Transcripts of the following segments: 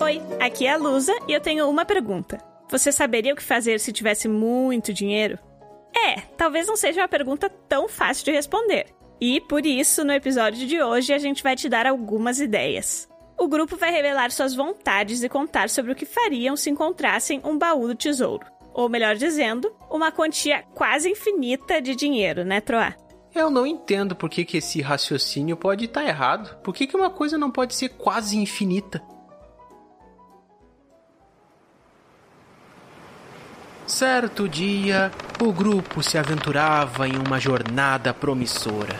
Oi, aqui é a Lusa e eu tenho uma pergunta. Você saberia o que fazer se tivesse muito dinheiro? É, talvez não seja uma pergunta tão fácil de responder. E por isso, no episódio de hoje, a gente vai te dar algumas ideias. O grupo vai revelar suas vontades e contar sobre o que fariam se encontrassem um baú do tesouro. Ou melhor dizendo, uma quantia quase infinita de dinheiro, né, Troá? Eu não entendo por que, que esse raciocínio pode estar errado. Por que, que uma coisa não pode ser quase infinita? Certo dia, o grupo se aventurava em uma jornada promissora.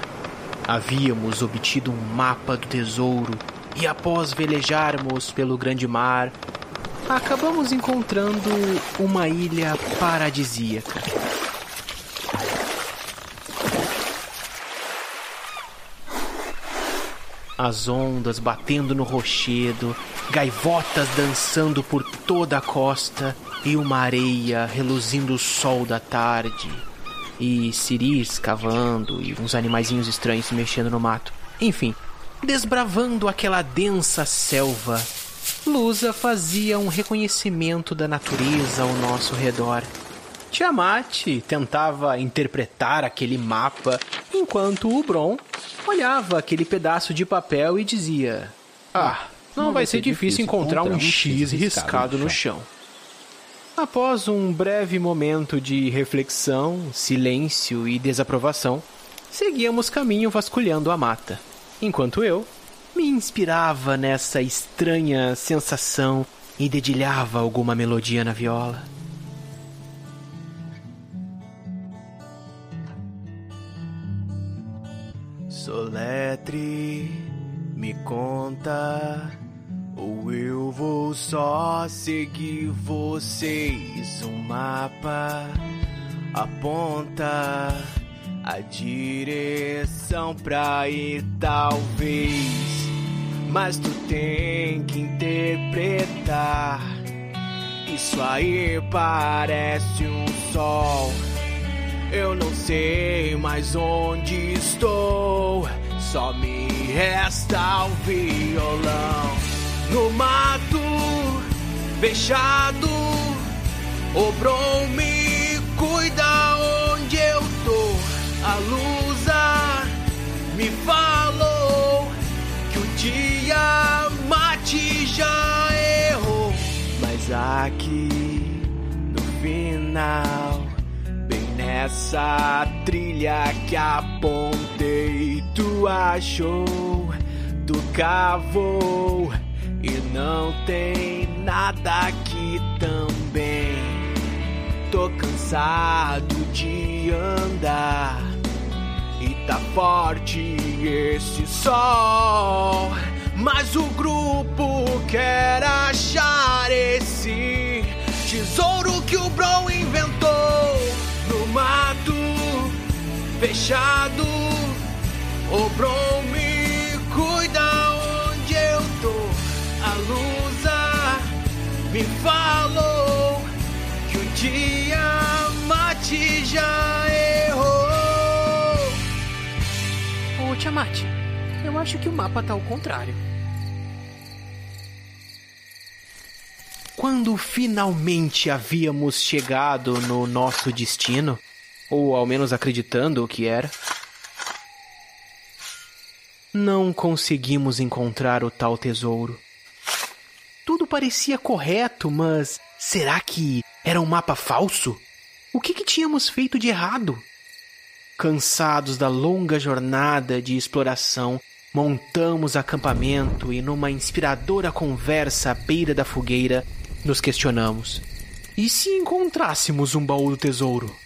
Havíamos obtido um mapa do tesouro e, após velejarmos pelo grande mar, acabamos encontrando uma ilha paradisíaca. As ondas batendo no rochedo, gaivotas dançando por toda a costa e uma areia reluzindo o sol da tarde. E siris cavando e uns animaizinhos estranhos se mexendo no mato. Enfim, desbravando aquela densa selva, Lusa fazia um reconhecimento da natureza ao nosso redor. Tiamat tentava interpretar aquele mapa, enquanto o Bron olhava aquele pedaço de papel e dizia: Ah, não, vai ser difícil encontrar um X riscado no chão. Após um breve momento de reflexão, silêncio e desaprovação, seguíamos caminho vasculhando a mata, enquanto eu me inspirava nessa estranha sensação e dedilhava alguma melodia na viola. Soletre, me conta, ou eu vou só seguir vocês. O mapa aponta a direção pra ir, talvez. Mas tu tem que interpretar. Isso aí parece um sol. Eu não sei mais onde estou. Só me resta o violão. No mato, fechado, o Bron me cuida onde eu tô. A lusa me falou que o dia mate já errou. Mas aqui no final. Bem nessa trilha que apontei, tu achou, tu cavou e não tem nada aqui também. Tô cansado de andar e tá forte esse sol, mas o grupo quer achar esse tesouro que o Bron inventou no mato fechado. O Bron me cuida onde eu tô. A lusa me falou que o dia mate já errou. Ô Tiamat, eu acho que o mapa tá ao contrário. Quando finalmente havíamos chegado no nosso destino, ou ao menos acreditando o que era, não conseguimos encontrar o tal tesouro. Tudo parecia correto, mas será que era um mapa falso? O que, que tínhamos feito de errado? Cansados da longa jornada de exploração, montamos acampamento e, numa inspiradora conversa à beira da fogueira, nos questionamos: e se encontrássemos um baú do tesouro?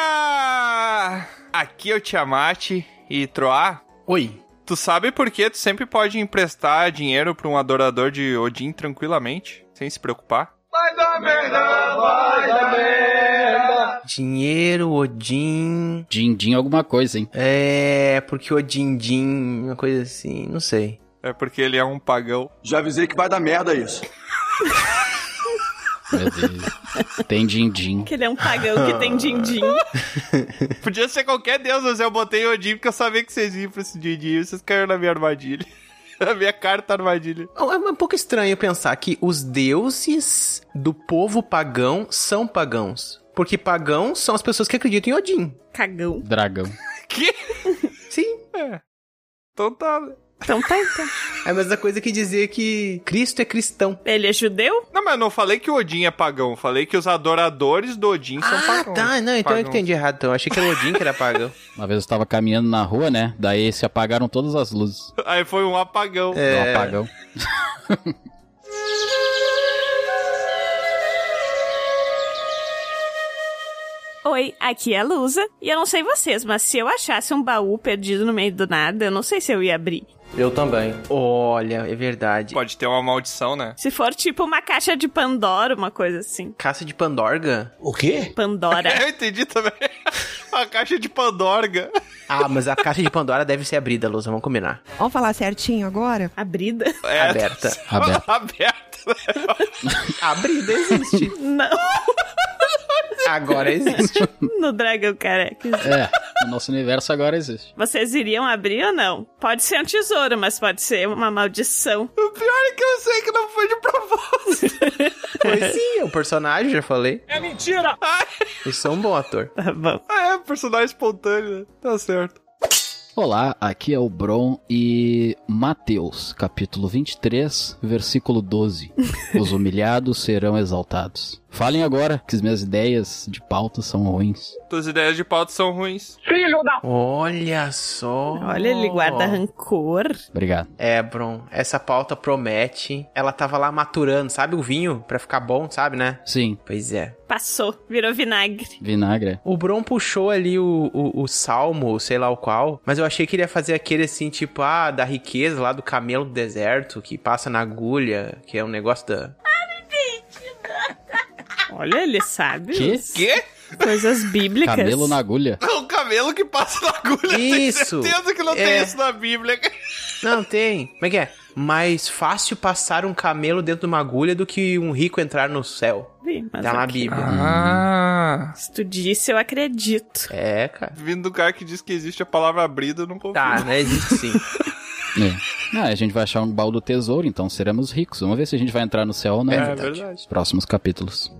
Olá! Aqui é o Tiamat e Troá. Oi, Tu sabe por que tu sempre pode emprestar dinheiro pra um adorador de Odin tranquilamente, sem se preocupar? Vai dar merda, vai dar merda. Dinheiro, Odin. Dindim alguma coisa, hein? É, porque Odin Din, uma coisa assim, não sei. É porque ele é um pagão. Já avisei que vai dar merda isso. Meu Deus. Tem dindim. Que ele é um pagão que tem din-din. Podia ser qualquer deus, mas eu botei Odin porque eu sabia que vocês iam pra esse Didi e vocês caíram na minha armadilha. A minha carta armadilha. É um pouco estranho pensar que os deuses do povo pagão são pagãos. Porque pagãos são as pessoas que acreditam em Odin. Cagão. Dragão. Que? Sim. Então tá. né? Então tá, então. É a mesma coisa que dizer que Cristo é cristão. Ele é judeu? Não, mas eu não falei que o Odin é pagão. Falei que os adoradores do Odin são ah, pagãos. tá. Não, então Pagãos. eu que entendi errado. Então. Eu achei que era Odin que era pagão. Uma vez eu estava caminhando na rua, né? Daí se apagaram todas as luzes. Aí foi um apagão. Deu É. Um apagão. Oi, aqui é a Lusa. E eu não sei vocês, mas se eu achasse um baú perdido no meio do nada, eu não sei se eu ia abrir. Eu também. Olha, é verdade. Pode ter uma maldição, né? Se for tipo uma caixa de Pandora, uma coisa assim. Caça de Pandorga? O quê? Pandora. Eu entendi também. A caixa de Pandorga. Ah, mas a caixa de Pandora deve ser abrida, Luz. Vamos combinar. Vamos falar certinho agora? Abrida? É, Aberta. Aberto. Aberta. né? Abrida existe. Não. Agora existe. No Dragão Careca. É, o nosso universo agora existe. Vocês iriam abrir ou não? Pode ser um tesouro, mas pode ser uma maldição. O pior é que eu sei que não foi de propósito. Pois sim, é o personagem, já falei. É mentira! Eu sou um bom ator. Tá bom. Ah, é, personagem espontâneo, né? Tá certo. Olá, aqui é o Bron e Mateus, capítulo 23, versículo 12. Os humilhados serão exaltados. Falem agora, que as minhas ideias de pauta são ruins. Tuas ideias de pauta são ruins. Olha só. Olha, ele guarda Oh. rancor. Obrigado. É, Bron, essa pauta promete. Ela tava lá maturando, sabe? O vinho, pra ficar bom, sabe, né? Sim, Pois é. Passou, virou vinagre. vinagre. é O Bron puxou ali o, o, o salmo, sei lá o qual, mas eu achei que ele ia fazer aquele assim, tipo, ah, da riqueza lá do camelo do deserto, que passa na agulha, que é um negócio da. Olha, ele sabe. Que? as Quê? Coisas bíblicas. Cabelo na agulha. É um camelo que passa na agulha. Isso. Tenho certeza que não É. tem isso na Bíblia. Não, tem. Como é que é? Mais fácil passar um camelo dentro de uma agulha do que um rico entrar no céu. Sim, mas é Tá na ok. Bíblia. Ah. Se tu disse, eu acredito. É, cara. Vindo do cara que diz que existe a palavra abrida, eu não confio. Tá, né? Existe sim. É. Ah, a gente vai achar um baú do tesouro, então seremos ricos. Vamos ver se a gente vai entrar no céu ou não. É É verdade. verdade. Os próximos capítulos.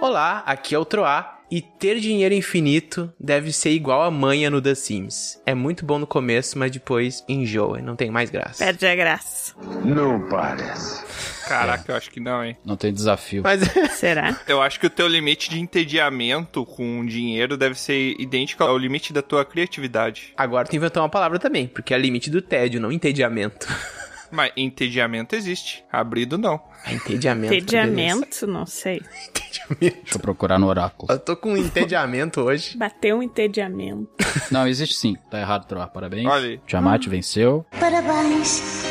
Olá, aqui é o Troá. E ter dinheiro infinito deve ser igual a manha no The Sims. É muito bom no começo, mas depois enjoa, não tem mais graça. Perde a graça. Não parece. Caraca, eu acho que não, hein? Não tem desafio. Mas Será? Eu acho que o teu limite de entediamento com dinheiro deve ser idêntico ao limite da tua criatividade. agora tu inventou uma palavra também, porque é limite do tédio, não entediamento. Mas entediamento existe. Abrido não. É entediamento. que Entediamento? Não sei. Deixa eu procurar no oráculo. beleza. Eu tô com um entediamento hoje. Bateu um entediamento. Não, existe sim. Tá errado, Troar. Parabéns. Olha aí. Tiamat venceu. Parabéns.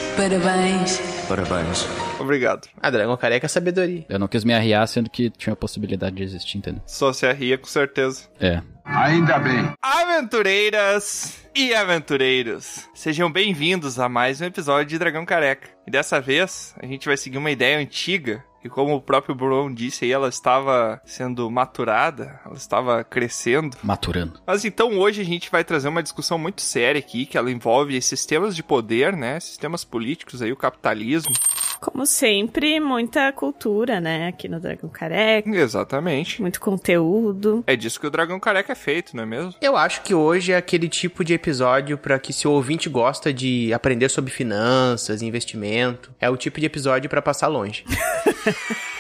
Parabéns. Obrigado. A Dragon Careca é sabedoria. Eu não quis me arriar, sendo que tinha a possibilidade de existir, entendeu? Só se arria com certeza. É. Ainda bem. Aventureiras e aventureiros, sejam bem-vindos a mais um episódio de Dragão Careca. E dessa vez, a gente vai seguir uma ideia antiga, e como o próprio Brown disse aí, ela estava sendo maturada, ela estava crescendo. Maturando. Mas então hoje a gente vai trazer uma discussão muito séria aqui, que ela envolve sistemas de poder, né? Sistemas políticos aí, o capitalismo. Como sempre, muita cultura, né? Aqui no Dragão Careca, Exatamente. muito conteúdo. É disso que o Dragão Careca é feito, não é mesmo? Eu acho que hoje é aquele tipo de episódio pra que se o ouvinte gosta de aprender sobre finanças, investimento, é o tipo de episódio pra passar longe.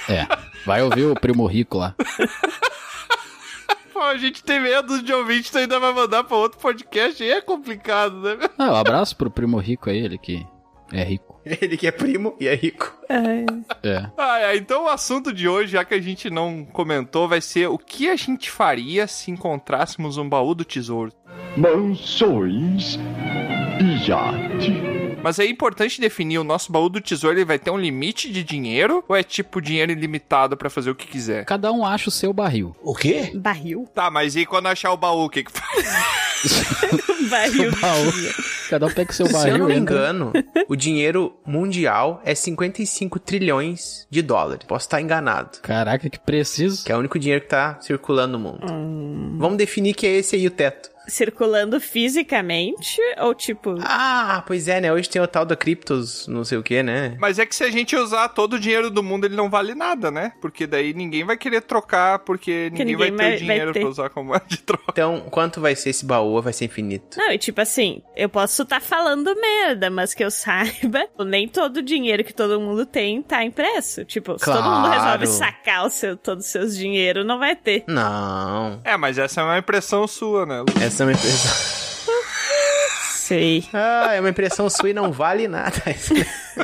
É. Vai ouvir o primo rico lá. Pô, a gente tem medo de ouvinte, tu ainda vai mandar pra outro podcast, aí é complicado, né? Ah, um abraço pro primo rico aí, ele que é rico. Ele que é primo e é rico. É. Ah, é, então o assunto de hoje, já que a gente não comentou, vai ser o que a gente faria se encontrássemos um baú do tesouro. mansões e iate. Mas é importante definir o nosso baú do tesouro, ele vai ter um limite de dinheiro ou é tipo dinheiro ilimitado pra fazer o que quiser? Cada um acha o seu barril. O quê? Barril? Tá, mas e quando achar o baú, o que que faz? Barril. Baú. Cada um pega o seu Se eu não barril. me entra. engano, o dinheiro mundial é 55 trilhões de dólares. Posso estar enganado. Caraca, que preciso. Que é o único dinheiro que tá circulando no mundo. Vamos definir que é esse aí o teto. Circulando fisicamente ou tipo. Ah, pois é, né? Hoje tem o tal da criptos, não sei o que, né? Mas é que se a gente usar todo o dinheiro do mundo, ele não vale nada, né? Porque daí ninguém vai querer trocar, porque ninguém, ninguém vai ter vai- o dinheiro vai ter. pra usar como moeda de troca. Então, quanto vai ser esse baú? Vai ser infinito. Não, e tipo assim, eu posso estar falando merda, mas que eu saiba, nem todo o dinheiro que todo mundo tem tá impresso. Tipo, se todo mundo Claro. resolve sacar o seu, todos os seus dinheiro, não vai ter. Não. É, mas essa é uma impressão sua, né? Lu? Essa é uma impressão. Sei. Ah, é uma impressão sua e não vale nada.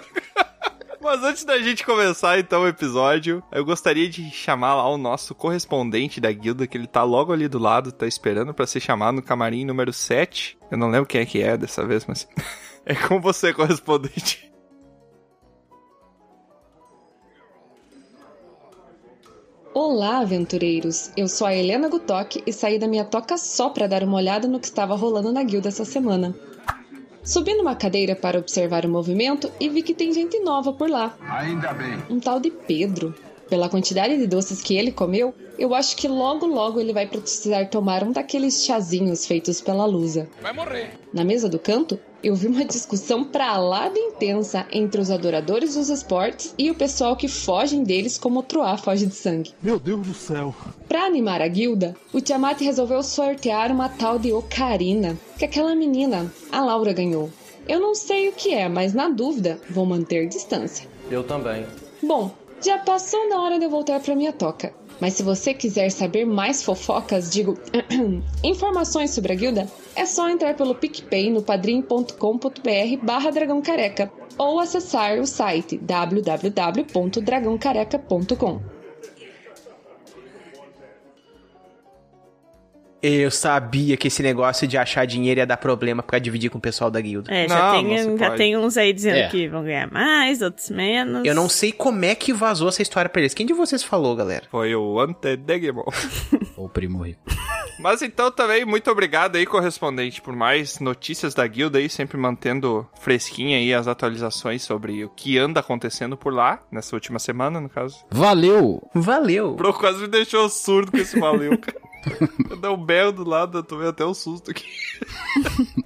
Mas antes da gente começar, então, o episódio, eu gostaria de chamar lá o nosso correspondente da guilda, que ele tá logo ali do lado, tá esperando pra ser chamado no camarim número 7. Eu não lembro quem é que é dessa vez, mas... é com você, correspondente. Olá, aventureiros! Eu sou a Helena Gutok e saí da minha toca só para dar uma olhada no que estava rolando na guilda essa semana. Subi numa cadeira para observar o movimento e vi que tem gente nova por lá. Ainda bem. Um tal de Pedro. Pela quantidade de doces que ele comeu, eu acho que logo logo ele vai precisar tomar um daqueles chazinhos feitos pela Lusa. Vai morrer. Na mesa do canto, eu vi uma discussão pra lá de intensa entre os adoradores dos esportes e o pessoal que fogem deles como o Troá foge de sangue. Meu Deus do céu. Pra animar a guilda, o Tiamat resolveu sortear uma tal de Ocarina, que aquela menina, a Laura, ganhou. Eu não sei o que é, mas na dúvida, vou manter distância. Eu também. Bom, já passou da hora de eu voltar pra minha toca. Mas se você quiser saber mais fofocas, digo, informações sobre a guilda, é só entrar pelo PicPay no padrim.com.br barra Dragão Careca ou acessar o site www.dragãocareca.com. Eu sabia que esse negócio de achar dinheiro ia dar problema pra dividir com o pessoal da guilda. É, já, Não, não tem, se já pode. tem uns aí dizendo É. que vão ganhar mais, outros menos. Eu não sei como é que vazou essa história pra eles. Quem de vocês falou, galera? Foi o Antedegmon. O primo rico. Mas então também, muito obrigado aí, correspondente, por mais notícias da guilda aí, sempre mantendo fresquinha aí as atualizações sobre o que anda acontecendo por lá, nessa última semana, no caso. Valeu! Valeu! O Bro quase me deixou surdo com esse maluco, cara. Eu dei um belo do lado, eu tomei até um susto aqui.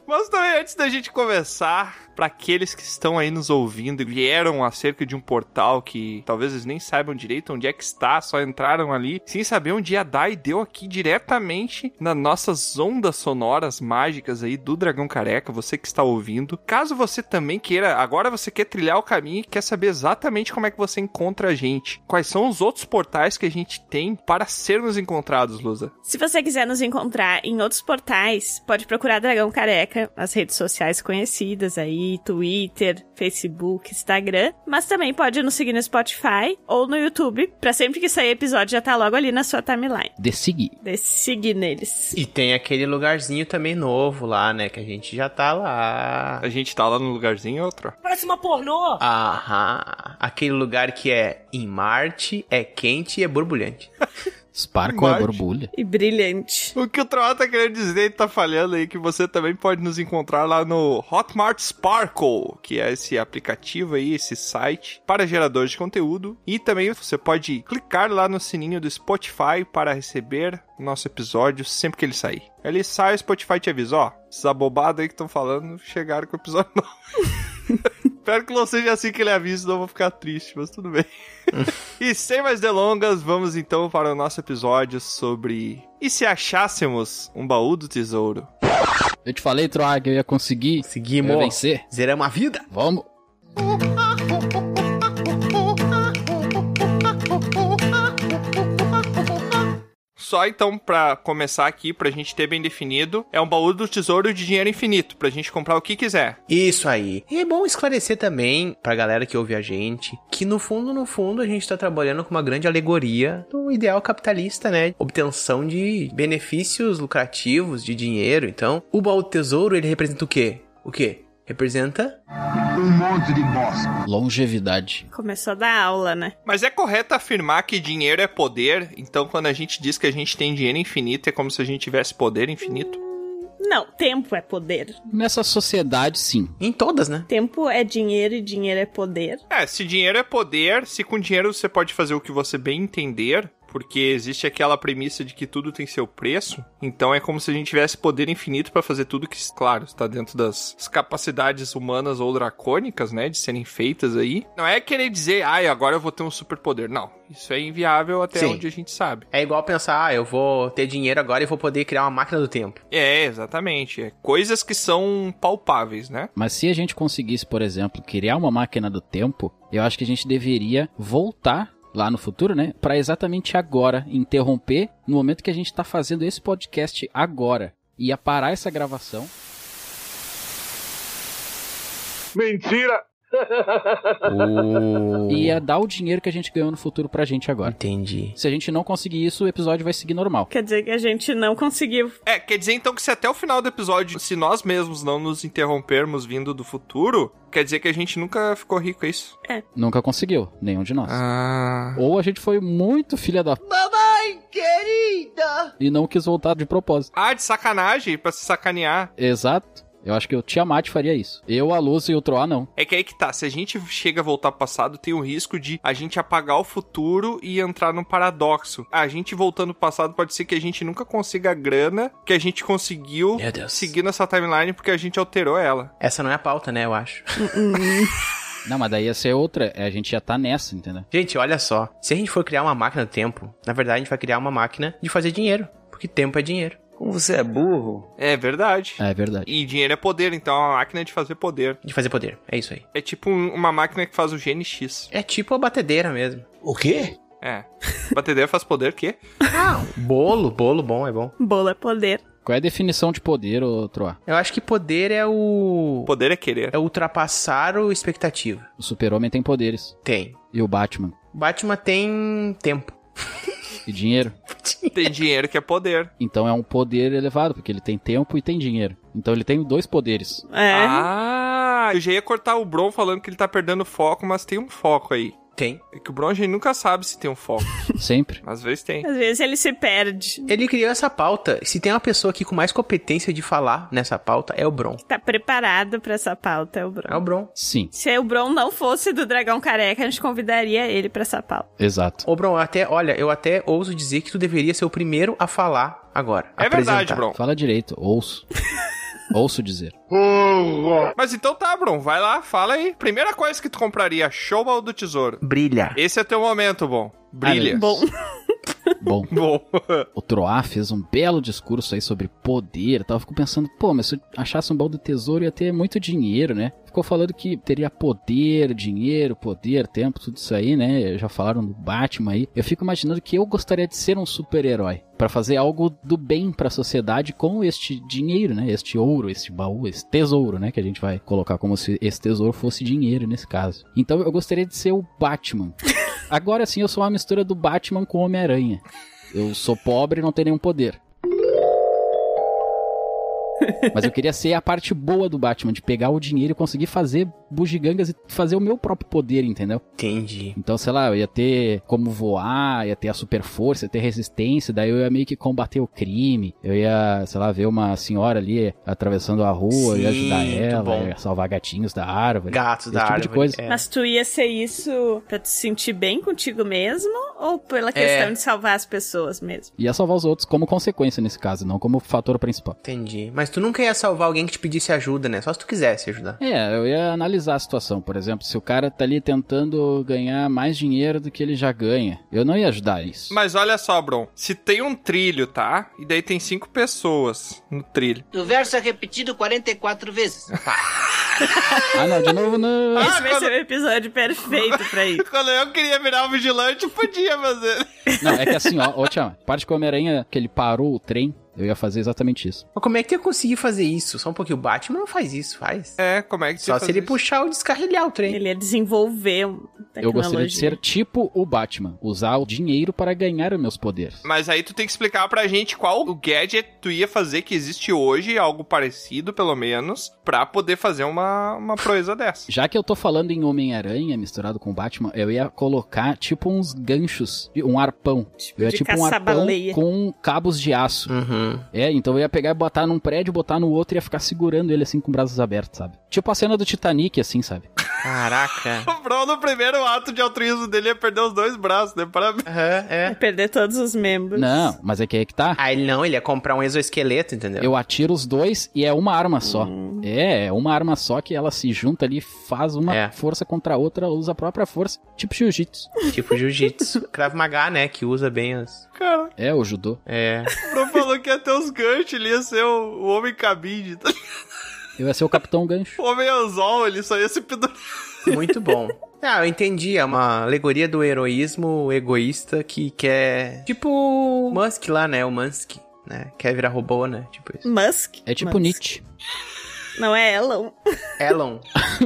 Mas também, antes da gente começar, pra aqueles que estão aí nos ouvindo e vieram acerca de um portal que talvez eles nem saibam direito onde é que está, só entraram ali, sem saber onde ia dar e deu aqui diretamente nas nossas ondas sonoras mágicas aí do Dragão Careca, você que está ouvindo. Caso você também queira, agora você quer trilhar o caminho e quer saber exatamente como é que você encontra a gente. Quais são os outros portais que a gente tem para sermos encontrados, Lusa? Se você quiser nos encontrar em outros portais, pode procurar Dragão Careca nas redes sociais conhecidas aí, Twitter, Facebook, Instagram, mas também pode nos seguir no Spotify ou no YouTube, pra sempre que sair episódio já tá logo ali na sua timeline. De seguir. Dê seguir neles. E tem aquele lugarzinho também novo lá, né? Que a gente já tá lá. A gente tá lá no lugarzinho outro. Parece uma pornô! Aham. Aquele lugar que é em Marte, é quente e é borbulhante. Sparkle a Marte. borbulha. E brilhante. O que o Troá tá querendo dizer, ele tá falhando aí, que você também pode nos encontrar lá no Hotmart Sparkle, que é esse aplicativo aí, esse site para geradores de conteúdo. E também você pode clicar lá no sininho do Spotify para receber nosso episódio sempre que ele sair. Ele sai, o Spotify te avisa, ó, esses abobados aí que estão falando chegaram com o episódio novo. Espero que não seja assim que ele avisa, senão eu vou ficar triste, mas tudo bem. E sem mais delongas, vamos então para o nosso episódio sobre. E se achássemos um baú do tesouro? Eu te falei, Troá, que eu ia conseguir. Eu ia Seguimos. vencer. Zeramos a vida. Vamos. Só então pra começar aqui, pra gente ter bem definido, é um baú do tesouro de dinheiro infinito, pra gente comprar o que quiser. Isso aí. E é bom esclarecer também pra galera que ouve a gente que no fundo, no fundo, a gente tá trabalhando com uma grande alegoria do ideal capitalista, né? Obtenção de benefícios lucrativos, de dinheiro. Então, o baú do tesouro, ele representa o quê? O quê? representa Longevidade. Começou a dar aula, né? Mas é correto afirmar que dinheiro é poder, então quando a gente diz que a gente tem dinheiro infinito, é como se a gente tivesse poder infinito? Não, tempo é poder. Nessa sociedade, sim. em todas, né? Tempo é dinheiro e dinheiro é poder. É, se dinheiro é poder, se com dinheiro você pode fazer o que você bem entender, porque existe aquela premissa de que tudo tem seu preço, então é como se a gente tivesse poder infinito pra fazer tudo que, claro, está dentro das capacidades humanas ou dracônicas, né, de serem feitas aí. Não é querer dizer, ai, agora eu vou ter um superpoder. Não, isso é inviável até Sim. onde a gente sabe. É igual pensar, ah, eu vou ter dinheiro agora e vou poder criar uma máquina do tempo. É, exatamente. É coisas que são palpáveis, né? Mas se a gente conseguisse, por exemplo, criar uma máquina do tempo, eu acho que a gente deveria voltar lá no futuro, né? Pra exatamente agora interromper no momento que a gente tá fazendo esse podcast agora. Ia parar essa gravação. E ia dar o dinheiro que a gente ganhou no futuro pra gente agora. Entendi. Se a gente não conseguir isso, o episódio vai seguir normal. Quer dizer que a gente não conseguiu. É, quer dizer então que se até o final do episódio, se nós mesmos não nos interrompermos vindo do futuro, quer dizer que a gente nunca ficou rico, é isso? Nunca conseguiu, nenhum de nós. Ah. Ou a gente foi muito filha da p Mamãe querida! e não quis voltar de propósito. Ah, de sacanagem, pra se sacanear. Exato. Eu acho que o Tiamat faria isso. Eu, a Luz e o Troá, não. É que aí que tá, se a gente chega a voltar ao passado, tem o risco de a gente apagar o futuro e entrar num paradoxo. A gente voltando ao passado pode ser que a gente nunca consiga a grana que a gente conseguiu Meu Deus. seguindo essa timeline porque a gente alterou ela. Essa não é a pauta, né, eu acho. Não, mas daí ia ser outra. É, A gente já tá nessa, entendeu? gente, olha só. Se a gente for criar uma máquina do tempo, na verdade a gente vai criar uma máquina de fazer dinheiro. Porque tempo é dinheiro. Como você é burro? É verdade. É verdade. E dinheiro é poder, então é uma máquina de fazer poder. De fazer poder. É isso aí. É tipo um- uma máquina que faz o GNX. É tipo a batedeira mesmo. O quê? É. Batedeira faz poder, o quê? Bolo, bolo bom, é bom. Bolo é poder. Qual é a definição de poder, ô Troá? Eu acho que poder é o. Poder é querer. É ultrapassar o expectativa. O super-homem tem poderes. Tem. E o Batman? Batman tem tempo. E dinheiro? Tem dinheiro que é poder. Então é um poder elevado, porque ele tem tempo e tem dinheiro. Então ele tem dois poderes. É. Ah, eu já ia cortar o Bron falando que ele tá perdendo foco, mas tem um foco aí. Tem. É que o Bron a gente nunca sabe se tem um foco. Sempre. Às vezes tem. É Às vezes ele se perde. Ele criou essa pauta. Se tem uma pessoa aqui com mais competência de falar nessa pauta, é o Bron. Tá preparado pra essa pauta, é o Bron. É o Bron. Sim, Se o Bron não fosse do Dragão Careca, a gente convidaria ele pra essa pauta. exato. Ô, Bron, eu até, olha, eu até ouso dizer que tu deveria ser o primeiro a falar agora. É verdade, apresentar. Bron. Fala direito, ouço. ouço dizer. Mas então tá, Bron, vai lá, fala aí. Primeira coisa que tu compraria, show ou do tesouro? Brilha. Esse é teu momento, Bom. Brilha. Ah, Bom, Bom, Bom. o Troá fez um belo discurso aí sobre poder e tal. Eu Fico pensando, pô, mas se eu achasse um baú do tesouro ia ter muito dinheiro, né? Ficou falando que teria poder, dinheiro, poder, tempo, tudo isso aí, né? Já falaram do Batman aí. Eu fico imaginando que eu gostaria de ser um super-herói. Pra fazer algo do bem pra sociedade com este dinheiro, né? Este ouro, este baú, esse tesouro, né? Que a gente vai colocar como se esse tesouro fosse dinheiro nesse caso. Então eu gostaria de ser o Batman. Agora sim eu sou uma mistura do Batman com o Homem-Aranha. Eu sou pobre e não tenho nenhum poder. Mas eu queria ser a parte boa do Batman, de pegar o dinheiro e conseguir fazer bugigangas e fazer o meu próprio poder, entendeu? Entendi. Então, sei lá, eu ia ter como voar, ia ter a super força, ia ter resistência, daí eu ia meio que combater o crime, eu ia, sei lá, ver uma senhora ali atravessando a rua, eu ia Sim, ajudar muito ela, bom. eu ia salvar gatinhos da árvore. Gatos Esse da tipo árvore. de coisa. É. mas tu ia ser isso pra te sentir bem contigo mesmo? Ou É. pela questão de salvar as pessoas mesmo? Ia salvar os outros como consequência nesse caso, não como fator principal. Entendi. Mas tu nunca ia salvar alguém que te pedisse ajuda, né? Só se tu quisesse ajudar. É, eu ia analisar a situação, por exemplo, se o cara tá ali tentando ganhar mais dinheiro do que ele já ganha, eu não ia ajudar isso. Mas olha só, Bron. Se tem um trilho, tá? E daí tem cinco pessoas no trilho. O verso é repetido 44 vezes. Ah, não, de novo não. é Esse vai quando- ser o episódio perfeito pra ir. Quando eu queria virar um vigilante, eu podia fazer. Não, é que assim, ó, ô Tchama, parte com o Homem-Aranha que ele parou o trem, eu ia fazer exatamente isso. Mas como é que tu ia conseguir fazer isso? Só um pouquinho. O Batman não faz isso, faz. É, como é que tu Só ia se fazer ele isso? puxar ou descarrilhar o trem. Ele ia desenvolver um Eu gostaria de Tecnologia. ser tipo o Batman, usar o dinheiro para ganhar os meus poderes. Mas aí tu tem que explicar pra gente qual o gadget tu ia fazer que existe hoje, algo parecido pelo menos, pra poder fazer uma, uma proeza dessa. Já que eu tô falando em Homem-Aranha misturado com Batman, eu ia colocar tipo uns ganchos, um arpão. eu ia de tipo um caçar arpão baleia. com cabos de aço. Uhum. É, então eu ia pegar e botar num prédio, botar no outro e ia ficar segurando ele assim com braços abertos, sabe? Tipo a cena do Titanic, assim, sabe? Caraca. O Bro, no primeiro ato de altruísmo dele, ia perder os dois braços, né? Parabéns. Aham, é. Vai perder todos os membros. Não, mas é que aí que tá. Aí não, ele ia comprar um exoesqueleto, entendeu? Eu atiro os dois e é uma arma só. É, é uma arma só que ela se junta ali, faz uma É. força contra a outra, usa a própria força, tipo jiu-jitsu. Tipo jiu-jitsu. Krav Maga, né? Que usa bem as. Cara, É, o judô. É. o Bro falou que ia ter os ganchos, ele ia ser o, o homem cabide. tá ligado? Eu ia ser o Capitão Gancho. O homem anzol, ele só ia se pendurar. Muito bom. Ah, eu entendi. É uma alegoria do heroísmo egoísta que quer. Tipo. o Musk lá, né? O Musk, né? Quer virar robô, né? Tipo isso. Musk. É tipo Musk. Nietzsche. Não é Elon. Elon.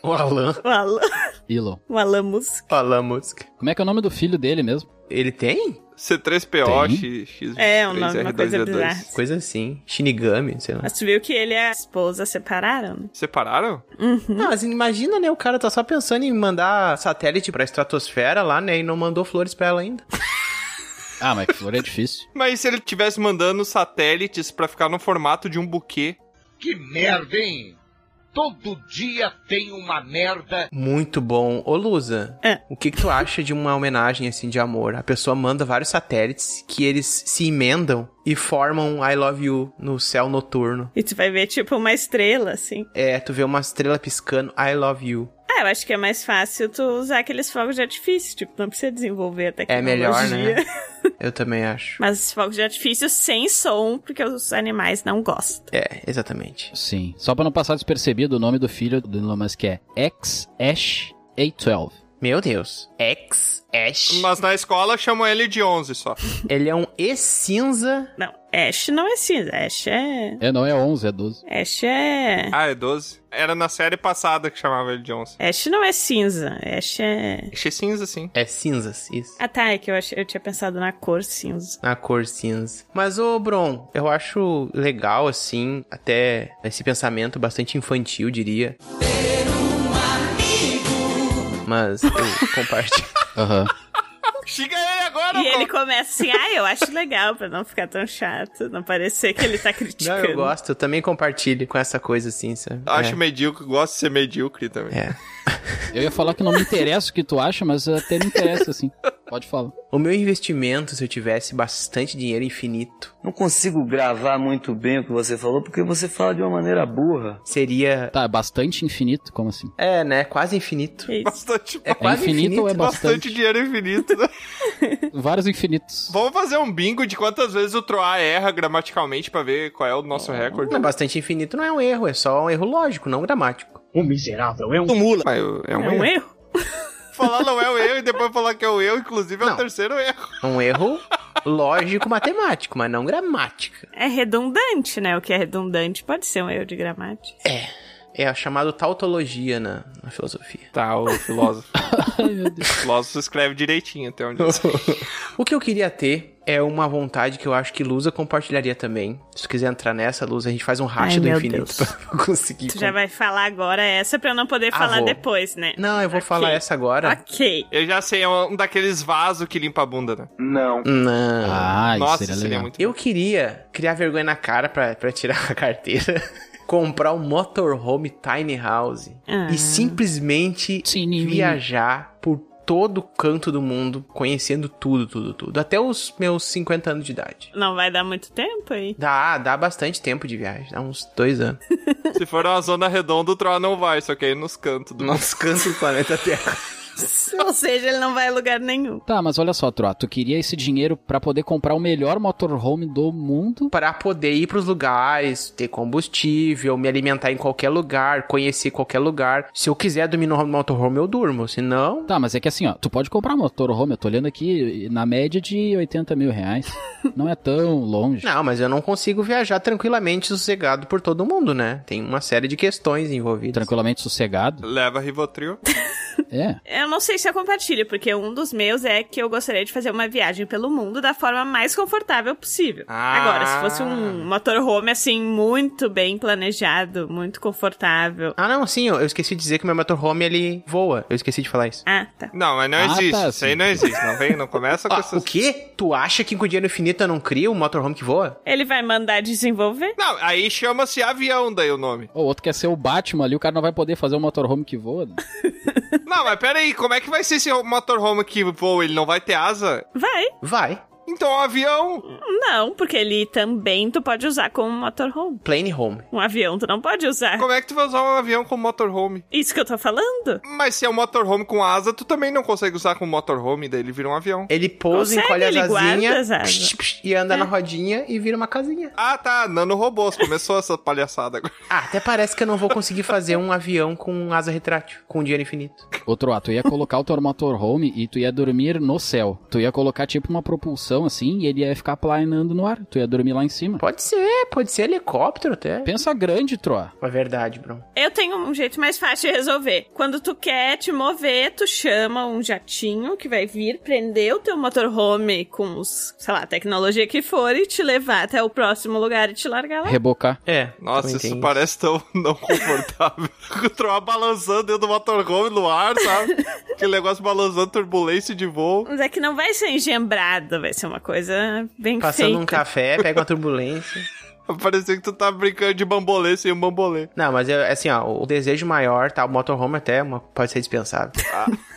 o Alan. O Alan, Elon. o Alan Musk. O Alan Musk. Como é que é o nome do filho dele mesmo? Ele tem? C3PO, Tem? X, X, É, um nome- uma coisa bizarra. Coisa assim. Shinigami, sei lá. Mas tu viu que ele e a esposa separaram? Separaram? Não, mas imagina, né? O cara tá só pensando em mandar satélite pra estratosfera lá, né? E não mandou flores pra ela ainda. Ah, mas que flor é difícil. Mas se ele tivesse mandando satélites pra ficar no formato de um buquê, Que merda, hein? É assim. Todo dia tem uma merda. Muito bom. Ô, Lusa, É. o que, que tu acha de uma homenagem assim de amor? A pessoa manda vários satélites que eles se emendam e formam I Love You no céu noturno. E tu vai ver, tipo, uma estrela, assim. É, tu vê uma estrela piscando I Love You. Ah, eu acho que é mais fácil tu usar aqueles fogos de artifício. Tipo, não precisa desenvolver a É tecnologia. melhor, né? Eu também acho. Mas fogos de artifício sem som, porque os animais não gostam. É, exatamente. Sim. Só pra não passar despercebido, o nome do filho do Elon Musk é X-Ash A12. Meu Deus. X, Ash. mas na escola chamam ele de 11 só. Ele é um E cinza. Não, Ash não é cinza. Ash é... É, não é 11, é 12. Ash é... Ah, é 12? Era na série passada que chamava ele de 11. Ash não é cinza. Ash é... Achei cinza, sim. É cinzas, isso. Ah, tá. É que eu, achei, eu tinha pensado na cor cinza. na cor cinza. Mas, ô, Bron, eu acho legal, assim, até esse pensamento bastante infantil, diria. Mas eu compartilho. Aham. Xinga ele agora, E ele começa assim, ah, eu acho legal, pra não ficar tão chato, não parecer que ele tá Não, criticando. eu gosto, eu também compartilho com essa coisa, assim, sabe? Acho é. medíocre, gosto de ser medíocre também. É. Eu ia falar que não me interessa o que tu acha, mas até me interessa, assim. Pode falar. O meu investimento, se eu tivesse bastante dinheiro infinito, Não consigo gravar muito bem o que você falou, porque você fala de uma maneira burra. seria. Tá, bastante infinito, como assim? É, né? Quase infinito. Que isso. Bastante, É quase infinito infinito. ou é ba- bastante. Bastante. dinheiro infinito. né? Vários infinitos. Vamos fazer um bingo de quantas vezes o Troá erra gramaticalmente pra ver qual é o nosso recorde. Não, bastante infinito não é um erro, é só um erro lógico, não gramático. Mas eu- é É um um erro. erro. Falar não é o erro e depois falar que é o erro, inclusive é o Não. terceiro erro. É Um erro lógico matemático, mas não gramática. É redundante, né? O que é redundante pode ser um erro de gramática. É a chamada tautologia na, na filosofia. Tá, o filósofo. Ai, meu Deus. o filósofo escreve direitinho até onde. O que eu queria ter é uma vontade que eu acho que Lusa compartilharia também. Se tu quiser entrar nessa, Lusa, a gente faz um racha Ai, do meu infinito Deus. pra eu conseguir. Tu já com- vai falar agora essa pra eu não poder Ah, falar vou. depois, né? Não, eu vou Ok. falar essa agora. Ok. Eu já sei, é um daqueles vasos que limpa a bunda, né? Não. então. Não. Ah, isso Nossa, seria seria, legal. muito. Eu queria criar vergonha na cara pra, pra tirar a carteira. Comprar um motorhome tiny house. Ah. E simplesmente Sim, viajar por todo canto do mundo, conhecendo tudo, tudo, tudo. Até os meus 50 anos de idade. Não vai dar muito tempo é aí. Dá, dá bastante tempo de viagem, dá uns dois anos. Se for uma zona redonda, o Troá não vai, só que aí nos cantos do Nós cansa o planeta Terra. Ou seja, ele não vai a lugar nenhum. Tá, mas olha só, Troa, tu queria esse dinheiro pra poder comprar o melhor motorhome do mundo? Pra poder ir pros lugares, ter combustível, me alimentar em qualquer lugar, conhecer qualquer lugar. Se eu quiser dormir no motorhome, eu durmo. Se não, Tá, mas é que assim, ó, tu pode comprar um motorhome, eu tô olhando aqui, na média de 80 mil reais. Não é tão longe. não, mas eu não consigo viajar tranquilamente, sossegado por todo mundo, né? Tem uma série de questões envolvidas. Tranquilamente sossegado. Leva Rivotril. É. Eu não sei se eu compartilho, porque um dos meus é que eu gostaria de fazer uma viagem pelo mundo da forma mais confortável possível. Ah. Agora, se fosse um motorhome, assim, muito bem planejado, muito confortável. Ah, não, sim, eu eu esqueci de dizer que meu motorhome ele voa. Eu esqueci de falar isso. Ah, tá. Não, mas não Ah, existe. tá, Isso aí sim. não existe. Não vem, não começa com Ah, essas. o quê? Tu acha que com dinheiro infinito eu não cria um motorhome que voa? Ele vai mandar desenvolver? Não, aí chama-se avião daí o nome. O outro quer ser o Batman ali, o cara não vai poder fazer um motorhome que voa. né? Não, mas pera aí, como é que vai ser esse motorhome que voa? Ele não vai ter asa? Vai. Vai. Então, um avião. Não, porque ele também tu pode usar como motorhome. Plane home. Um avião tu não pode usar. Como é que tu vai usar um avião com motorhome? Isso que eu tô falando? Mas se é um motorhome com asa, tu também não consegue usar com motorhome, daí ele vira um avião. Ele pousa, Consegue, encolhe as ele guarda É. asinhas as asas. psh, psh, e anda na rodinha e vira uma casinha. Ah, tá, nanorobôs. Começou essa palhaçada agora. Ah, até parece que eu não vou conseguir fazer um avião com asa retrátil, com um dinheiro infinito. Outro ato, tu ia colocar o teu motorhome e tu ia dormir no céu. Tu ia colocar tipo uma propulsão assim e ele ia ficar planando no ar. Tu ia dormir lá em cima. Pode ser, pode ser helicóptero até. Pensa grande, Troa. É verdade, Bruno. Eu tenho um jeito mais fácil de resolver. Quando tu quer te mover, tu chama um jatinho que vai vir prender o teu motorhome com os, sei lá, a tecnologia que for e te levar até o próximo lugar e te largar lá. Rebocar. É. Nossa, também isso tem parece tão não confortável. o Troá balançando dentro do motorhome no ar, sabe? Aquele negócio balançando turbulência de voo. Mas é que não vai ser engembrado, vai ser uma coisa bem Passando um feita. café, pega uma turbulência. Parecia que tu tá brincando de bambolê sem um bambolê. Não, mas é assim, ó, o desejo maior, tá? O motorhome até é uma- pode ser dispensável.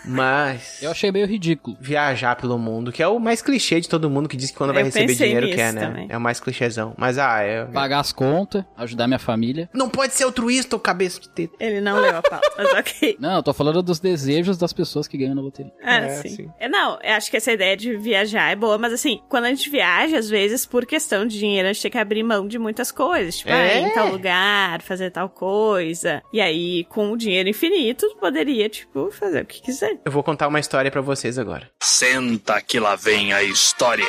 Mas. Eu achei meio ridículo. Viajar pelo mundo, que é o mais clichê de todo mundo que diz que quando vai Eu receber pensei dinheiro nisso quer, né? também. É o mais clichêzão. Mas ah, é. Pagar as contas, ajudar minha família. Não pode ser altruísta, ô cabeça de teta. Ele não leu a pauta, mas ok. Não, eu tô falando dos desejos das pessoas que ganham na loteria. Ah, É, Né, sim. assim. sim. É, não, eu acho que essa ideia de viajar é boa, mas assim, quando a gente viaja, às vezes, por questão de dinheiro, a gente tem que abrir mão de muitas coisas. Tipo, ah, É. ir em tal lugar, fazer tal coisa. E aí, com o dinheiro infinito, tu poderia, tipo, fazer o que quiser. Eu vou contar uma história pra vocês agora. Senta que lá vem a história.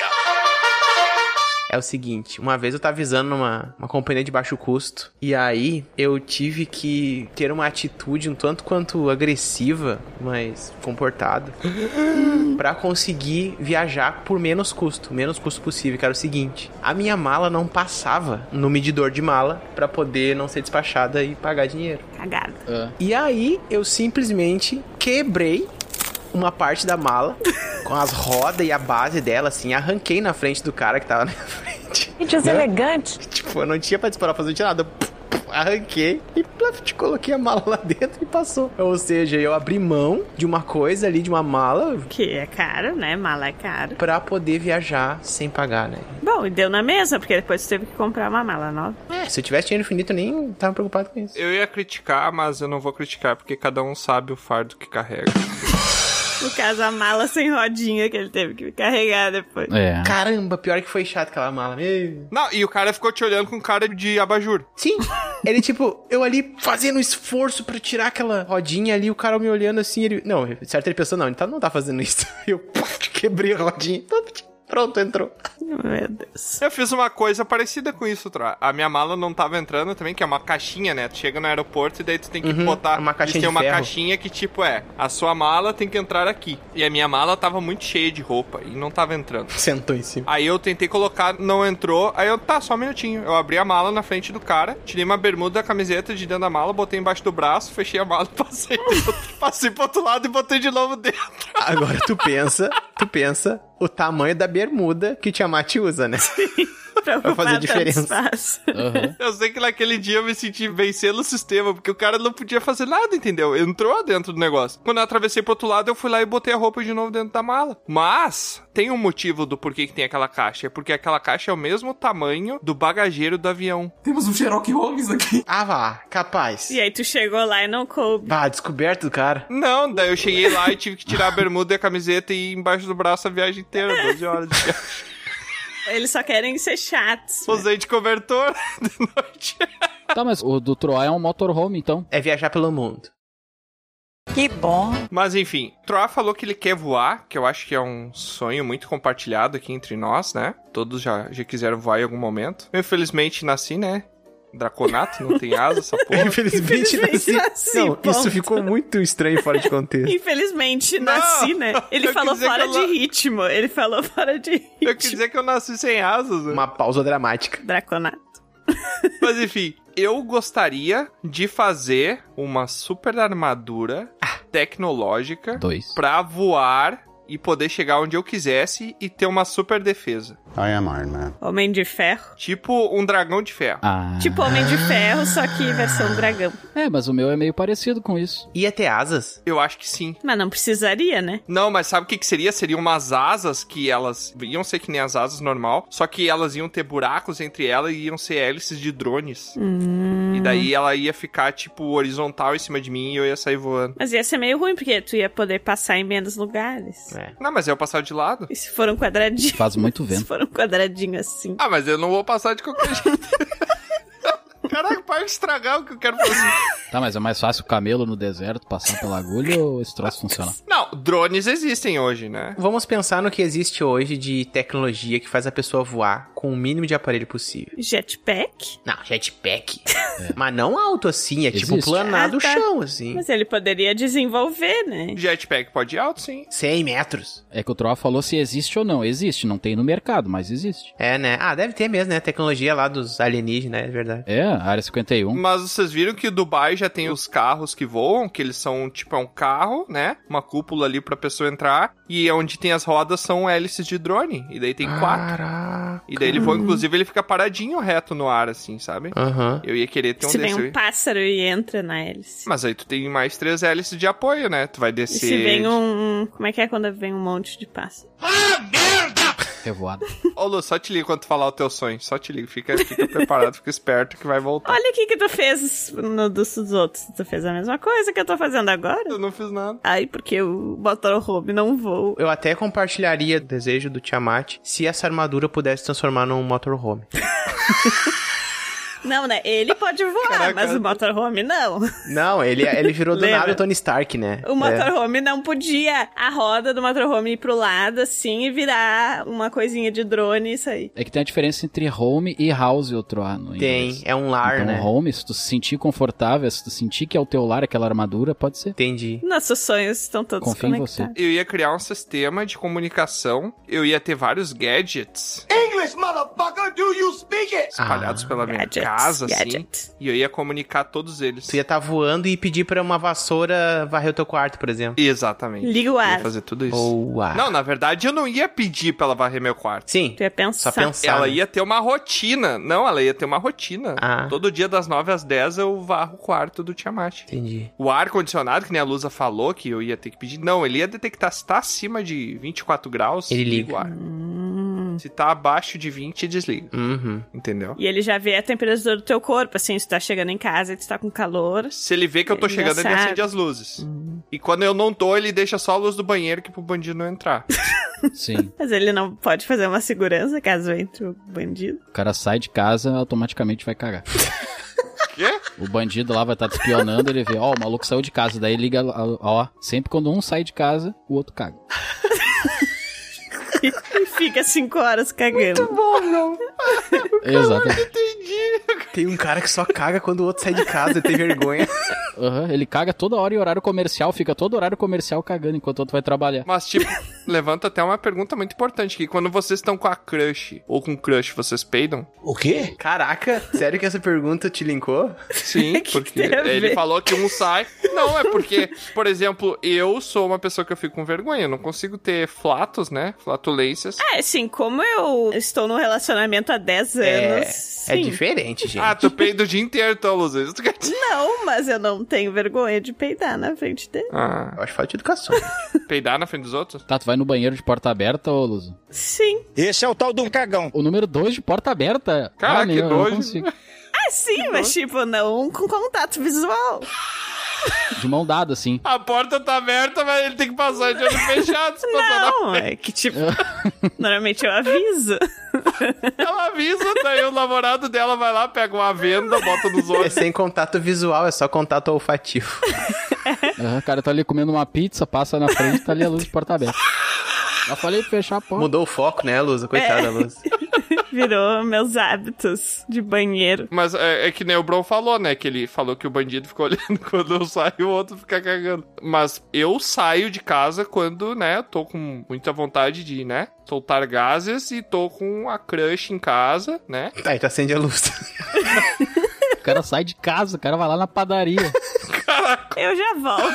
É o seguinte, uma vez eu tava avisando numa uma companhia de baixo custo, e aí eu tive que ter uma atitude um tanto quanto agressiva, mas comportada, pra conseguir viajar por menos custo, menos custo possível, que era o seguinte, a minha mala não passava no medidor de mala pra poder não ser despachada e pagar dinheiro. Cagada. Ah. E aí eu simplesmente quebrei uma parte da mala com as rodas e a base dela, assim, arranquei na frente do cara que tava na minha frente. Gente, os elegantes. Tipo, eu não tinha pra disparar pra fazer nada. Eu puf, puf, Arranquei e plaf, te coloquei a mala lá dentro e passou. Ou seja, eu abri mão de uma coisa ali, de uma mala, Que é caro, né? Mala é caro. pra poder viajar sem pagar, né? Bom, e deu na mesa, porque depois tu teve que comprar uma mala nova. É, se eu tivesse dinheiro infinito, eu nem tava preocupado com isso. Eu ia criticar, mas eu não vou criticar, porque cada um sabe o fardo que carrega. No caso, a mala sem rodinha que ele teve que carregar depois. É. Caramba, pior que foi chato aquela mala. Meu. Não, e o cara ficou te olhando com cara de abajur. Sim, ele tipo, eu ali fazendo um esforço pra tirar aquela rodinha ali, o cara me olhando assim, ele. Não, certo, ele pensou, não, ele tá, não tá fazendo isso. Eu pá, quebrei a rodinha. Pronto, entrou. Meu Deus. Eu fiz uma coisa parecida com isso, Tra. A minha mala não tava entrando também, que é uma caixinha, né? Tu chega no aeroporto e daí tu tem que Uhum, botar. é uma caixinha e tem de uma ferro. caixinha que, tipo, é, a sua mala tem que entrar aqui. E a minha mala tava muito cheia de roupa e não tava entrando. Sentou em cima. Aí eu tentei colocar, não entrou. Aí eu, tá, só um minutinho. Eu abri a mala na frente do cara, tirei uma bermuda, a camiseta de dentro da mala, botei embaixo do braço, fechei a mala, passei, passei pro outro lado e botei de novo dentro. Agora tu pensa, tu pensa o tamanho da bermuda que Tiamat usa, né? Pra Vai fazer ocupar tanto diferença. espaço. Aham. Eu sei que naquele dia eu me senti vencendo o sistema, porque o cara não podia fazer nada, entendeu? Entrou dentro do negócio. Quando eu atravessei pro outro lado, eu fui lá e botei a roupa de novo dentro da mala. Mas tem um motivo do porquê que tem aquela caixa. É porque aquela caixa é o mesmo tamanho do bagageiro do avião. Temos um Sherlock Holmes aqui. Ah, vá, capaz. E é- aí tu chegou lá e não coube. Bah, descoberto do cara. Não, daí eu cheguei lá e tive que tirar a bermuda e a camiseta e ir embaixo do braço a viagem inteira, 12 horas de viagem. Eles só querem ser chatos. Usei de cobertor de noite. Tá, mas o do Troá é um motorhome, então. É viajar pelo mundo. Que bom. Mas enfim, Troá falou que ele quer voar, que eu acho que é um sonho muito compartilhado aqui entre nós, né? Todos já, já quiseram voar em algum momento. Eu, infelizmente nasci, né? Draconato não tem asa, essa porra. Infelizmente, Infelizmente, nasci. nasci, Não, ponto. isso ficou muito estranho fora de contexto. Infelizmente, nasci, né? Ele eu falou quis dizer fora que de eu não- ritmo. Ele falou fora de Eu quis ritmo. dizer que eu nasci sem asas. né? Uma pausa dramática. Draconato. Mas enfim, eu gostaria de fazer uma super armadura tecnológica Dois. pra voar e poder chegar onde eu quisesse e ter uma super defesa. I am Iron Man. Homem de Ferro. Tipo um dragão de ferro. Ah. Tipo Homem de Ferro, só que versão dragão. É, mas o meu é meio parecido com isso. Ia ter asas? Eu acho que sim. Mas não precisaria, né? Não, mas sabe o que, que seria? Seriam umas asas que elas iam ser que nem as asas normal, só que elas iam ter buracos entre elas e iam ser hélices de drones. E daí ela ia ficar, tipo, horizontal em cima de mim e eu ia sair voando. Mas ia ser meio ruim, porque tu ia poder passar em menos lugares. É. Não, mas eu passava de lado. E se for um quadradinho? Faz muito Se vento. for um quadradinho assim. Ah, mas eu não vou passar de qualquer jeito. Caraca, para de estragar o que eu quero fazer. Tá, mas é mais fácil o camelo no deserto passar pela agulha ou esse troço funciona? Não, drones existem hoje, né? Vamos pensar no que existe hoje de tecnologia que faz a pessoa voar com o mínimo de aparelho possível. Jetpack? Não, jetpack. Mas não alto assim, é tipo Existe. planar do Ah, tá. chão, Hum. assim. Mas ele poderia desenvolver, né? Jetpack pode ir alto, sim. 100 metros. É que o Troa falou se existe ou não. Existe, não tem no mercado, mas existe. É, né? Ah, deve ter mesmo, né? Tecnologia lá dos alienígenas, é verdade. É, área Hum. 51. Mas vocês viram que Dubai já tem os carros que voam, que eles são tipo é um carro, né? Uma cúpula ali pra pessoa entrar. E é onde tem as rodas são hélices de drone. E daí tem quatro. Caraca. Ah. E daí ele voa, inclusive, ele fica paradinho reto no ar, assim, sabe? Aham. Eu ia querer ter um se vem desses. um pássaro e entra na hélice. Mas aí tu tem mais três hélices de apoio, né? Tu vai E descer. se vem um. Como é que é quando vem um monte de pássaro? Revoada. Ô, Lu, só te ligo quando tu falar o teu sonho. Só te ligo. Fica, fica preparado, fica esperto que vai voltar. Olha o que que tu fez no dos dos outros. Tu fez a mesma coisa que eu tô fazendo agora? Eu não fiz nada. Ai, porque o motorhome não voa. Eu até compartilharia o desejo do Tiamat se essa armadura pudesse se transformar num motorhome. Não, né? Ele pode voar, Caraca. mas o motorhome não. Não, ele, é, ele virou do Lembra? nada o Tony Stark, né? É. O motorhome não podia a roda do motorhome ir pro lado assim e virar uma coisinha de drone e sair. É que tem a diferença entre home e house, o Troa, no É, inglês. tem, é um lar, Então, né? home, se tu se sentir confortável, se tu sentir que é o teu lar, aquela armadura, pode ser. Entendi. Nossos sonhos estão todos Confio em você. conectados. Eu ia criar um sistema de comunicação. Eu ia ter vários gadgets espalhados Ah. pela minha Gadgets, casa, assim. gadget. E eu ia comunicar todos eles. Tu ia estar voando e pedir pra uma vassoura varrer o teu quarto, por exemplo. Exatamente. Liga o Eu ia ar. fazer tudo isso. Boa. Não, na verdade, eu não ia pedir pra ela varrer meu quarto. Sim. Tu ia Só pensar. pensar. Ela né? ia ter uma rotina. Não, ela ia ter uma rotina. Ah. Todo dia das 9 às 10 eu varro o quarto do Tiamat. Entendi. O ar-condicionado, que nem a Lusa falou que eu ia ter que pedir. Não, ele ia detectar se tá acima de 24 graus. Ele O liga. ar. Se tá abaixo de 20, desliga. Uhum. Entendeu? E ele já vê a temperatura do teu corpo, assim, se tu tá chegando em casa e tu tá com calor. Se ele vê que eu tô Ele já chegando, ele sabe. acende as luzes. E quando eu não tô, ele deixa só a luz do banheiro que pro bandido não entrar. Sim. Mas ele não pode fazer uma segurança caso entre o bandido. O cara sai de casa, automaticamente vai cagar. Quê? O bandido lá vai estar te espionando, ele vê, ó, o maluco saiu de casa, daí liga, ó, ó, sempre quando um sai de casa, o outro caga. e fica cinco horas cagando. Exatamente. Tem um cara que só caga quando o outro sai de casa e tem vergonha. Aham, ele caga toda hora em horário comercial, fica todo horário comercial cagando enquanto o outro vai trabalhar. Mas, tipo, levanta até uma pergunta muito importante: que quando vocês estão com a crush ou com crush, vocês peidam? O quê? Caraca, sério que essa pergunta te linkou? Sim, que porque tem a ele ver? falou que um sai. Não, é porque, por exemplo, eu sou uma pessoa que eu fico com vergonha. Eu não consigo ter flatos, né? Flatulências. É, assim, como eu estou num relacionamento há 10 É, anos. é sim. diferente, gente. Ah, tu peida o dia inteiro, então, Luz. Isso tu quer dizer? Não, mas eu não tenho vergonha de peidar na frente dele. Ah, Eu acho falta de educação. peidar na frente dos outros? Tá, tu vai no banheiro de porta aberta, ô Luzo? Sim. Esse é o tal do cagão. O número 2 de porta aberta. Cara, que meu, eu não nojo. consigo. Ah, sim, mas tipo, não com contato visual. De mão dada, assim. A porta tá aberta, mas ele tem que passar de olho fechado. Se passar na... Não, é que tipo. normalmente eu aviso. Ela avisa, daí o namorado dela vai lá, pega uma venda, bota nos É olhos. sem contato visual, é só contato olfativo. Aham, o cara tá ali comendo uma pizza, passa na frente, tá ali Oh. a luz de porta aberta. Já falei pra fechar a porta. É. Mudou o foco, né, Lusa? Coitada, Lusa. Virou meus hábitos de banheiro. Mas é, é que nem o Bron falou, né? Que ele falou que o bandido ficou olhando quando eu saio o outro fica cagando. Mas eu saio de casa quando, né, tô com muita vontade de, né, soltar gases e tô com a crush em casa, né? Tá, então acende a luz. O cara sai de casa, o cara vai lá na padaria. Caraca. Eu já volto.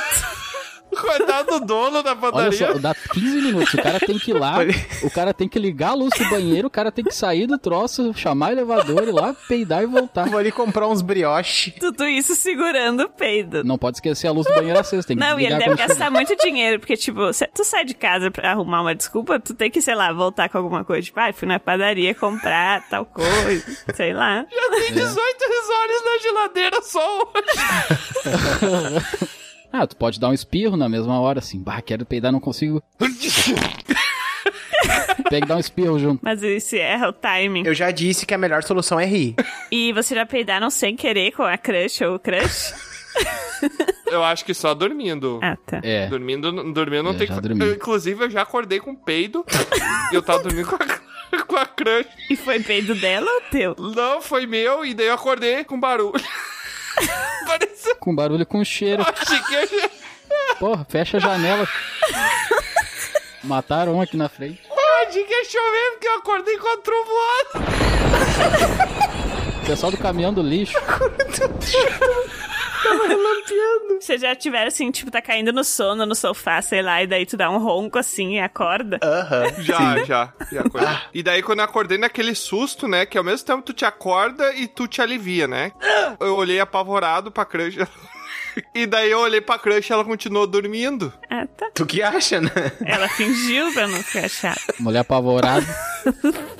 Coitado do dono da Olha padaria. só, dá 15 minutos. O cara tem que ir lá, o cara tem que ligar a luz do banheiro, o cara tem que sair do troço, chamar o elevador, ir lá, peidar e voltar. Vou ali comprar uns brioche. Tudo isso segurando o peido. Não pode esquecer a luz do banheiro é acesa, tem que Não, e ele desligar deve quando chegar. gastar muito dinheiro, porque, tipo, se tu sai de casa pra arrumar uma desculpa, tu tem que, sei lá, voltar com alguma coisa. Tipo, ah, fui na padaria comprar tal coisa, sei lá. Já tem 18 risoles na geladeira só hoje. Ah, tu pode dar um espirro na mesma hora, assim. Bah, quero peidar, não consigo. Pega e dá um espirro junto. Mas isso erra o timing. Eu já disse que a melhor solução é rir. E você já peidaram sem querer com a crush ou o crush? Eu acho que só dormindo. Ah, tá. É. Dormindo, dormindo não É, tem que já fa- dormi. Eu, Inclusive, eu já acordei com peido e eu tava dormindo com a, com a crush. E foi peido dela ou teu? Não, foi meu, e daí eu acordei com barulho. Parecia Com barulho, com cheiro. achei que eu- Porra, fecha a janela. Mataram um aqui na frente. eu achei que ia chover, porque eu acordei com a trovoada. O pessoal do caminhão do lixo. Vocês já tiveram assim, tipo, tá caindo no sono no sofá, sei lá, e daí tu dá um ronco assim e acorda? Aham. Já, já, já acordei. Ah. E daí quando eu acordei naquele susto, né, que ao mesmo tempo tu te acorda e tu te alivia, né? Ah. Eu olhei apavorado pra crush. E daí eu olhei pra crush e ela continuou dormindo. Ah, tá. Tu que acha, né? Ela fingiu pra não ficar chata. Mulher apavorada.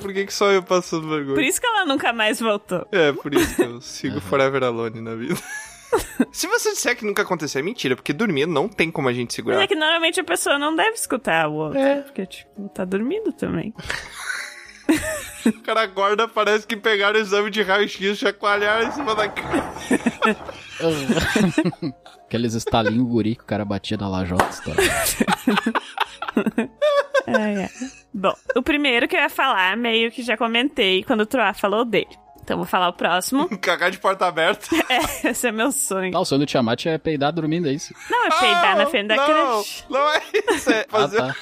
Por que, que só eu passando Por vergonha? isso que ela nunca mais voltou. É, por isso que eu sigo Forever Alone na vida. Se você disser que nunca aconteceu, é mentira, porque dormir não tem como a gente Mas segurar. é que normalmente a pessoa não deve escutar o outro. É. Porque, tipo, tá dormindo também. O cara acorda, parece que pegaram o exame de raio-x, chacoalharam em cima da cara. Aqueles estalinhos guri que o cara batia na lajota. estourava. Ai, ai. Bom, o primeiro que eu ia falar, meio que já comentei quando o Troá falou dele. Então vou falar o próximo. Cagar de porta aberta. É, esse é meu sonho. Ah, o sonho do Tiamat é peidar dormindo, é isso? Não, é peidar na Não, frente da não, creche. Não é isso, é Ah, fazer... tá.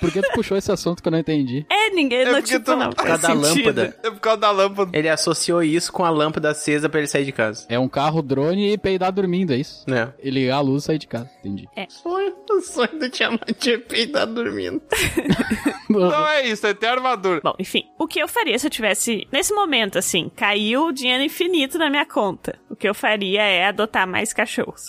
Por que tu puxou esse assunto que eu não entendi? É, ninguém É não, porque tipo, tu- não Por faz causa Tá da sentido. lâmpada. É por causa da lâmpada. Ele associou isso com a lâmpada acesa pra ele sair de casa. É um carro drone e peidar dormindo, é isso? Né? E ligar a luz e sair de casa, entendi. É. Sonho, o sonho do Tiamat é peidar dormindo. Oh, Não é isso, é ter armadura. Bom, enfim, o que eu faria se eu tivesse, nesse momento, assim, caiu dinheiro infinito na minha conta? O que eu faria é adotar mais cachorros.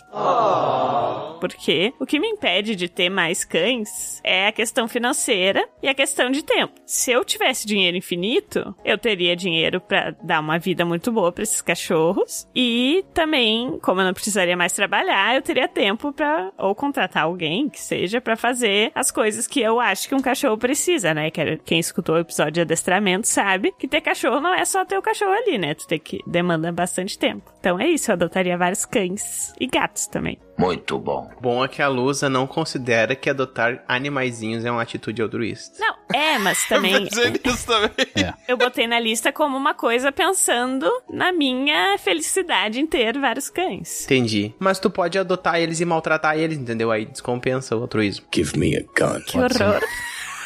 Porque o que me impede de ter mais cães é a questão financeira e a questão de tempo. Se eu tivesse dinheiro infinito, eu teria dinheiro pra dar uma vida muito boa pra esses cachorros e também, como eu não precisaria mais trabalhar, eu teria tempo pra ou contratar alguém que seja pra fazer as coisas que eu acho que um cachorro precisa, né? Que era- Quem escutou o episódio de adestramento sabe que ter cachorro não é só ter o cachorro ali, né? Tu tem que demanda bastante tempo. Então é isso, eu adotaria vários cães e gatos também. Muito bom. Bom é que a Lusa não considera que adotar animaizinhos é uma atitude altruísta. Não, é, mas também Eu pensei nisso também. eu botei na lista como uma coisa pensando na minha felicidade em ter vários cães. Entendi. Mas tu pode adotar eles e maltratar eles, entendeu? Aí descompensa o altruísmo. Give me a gun. Que horror.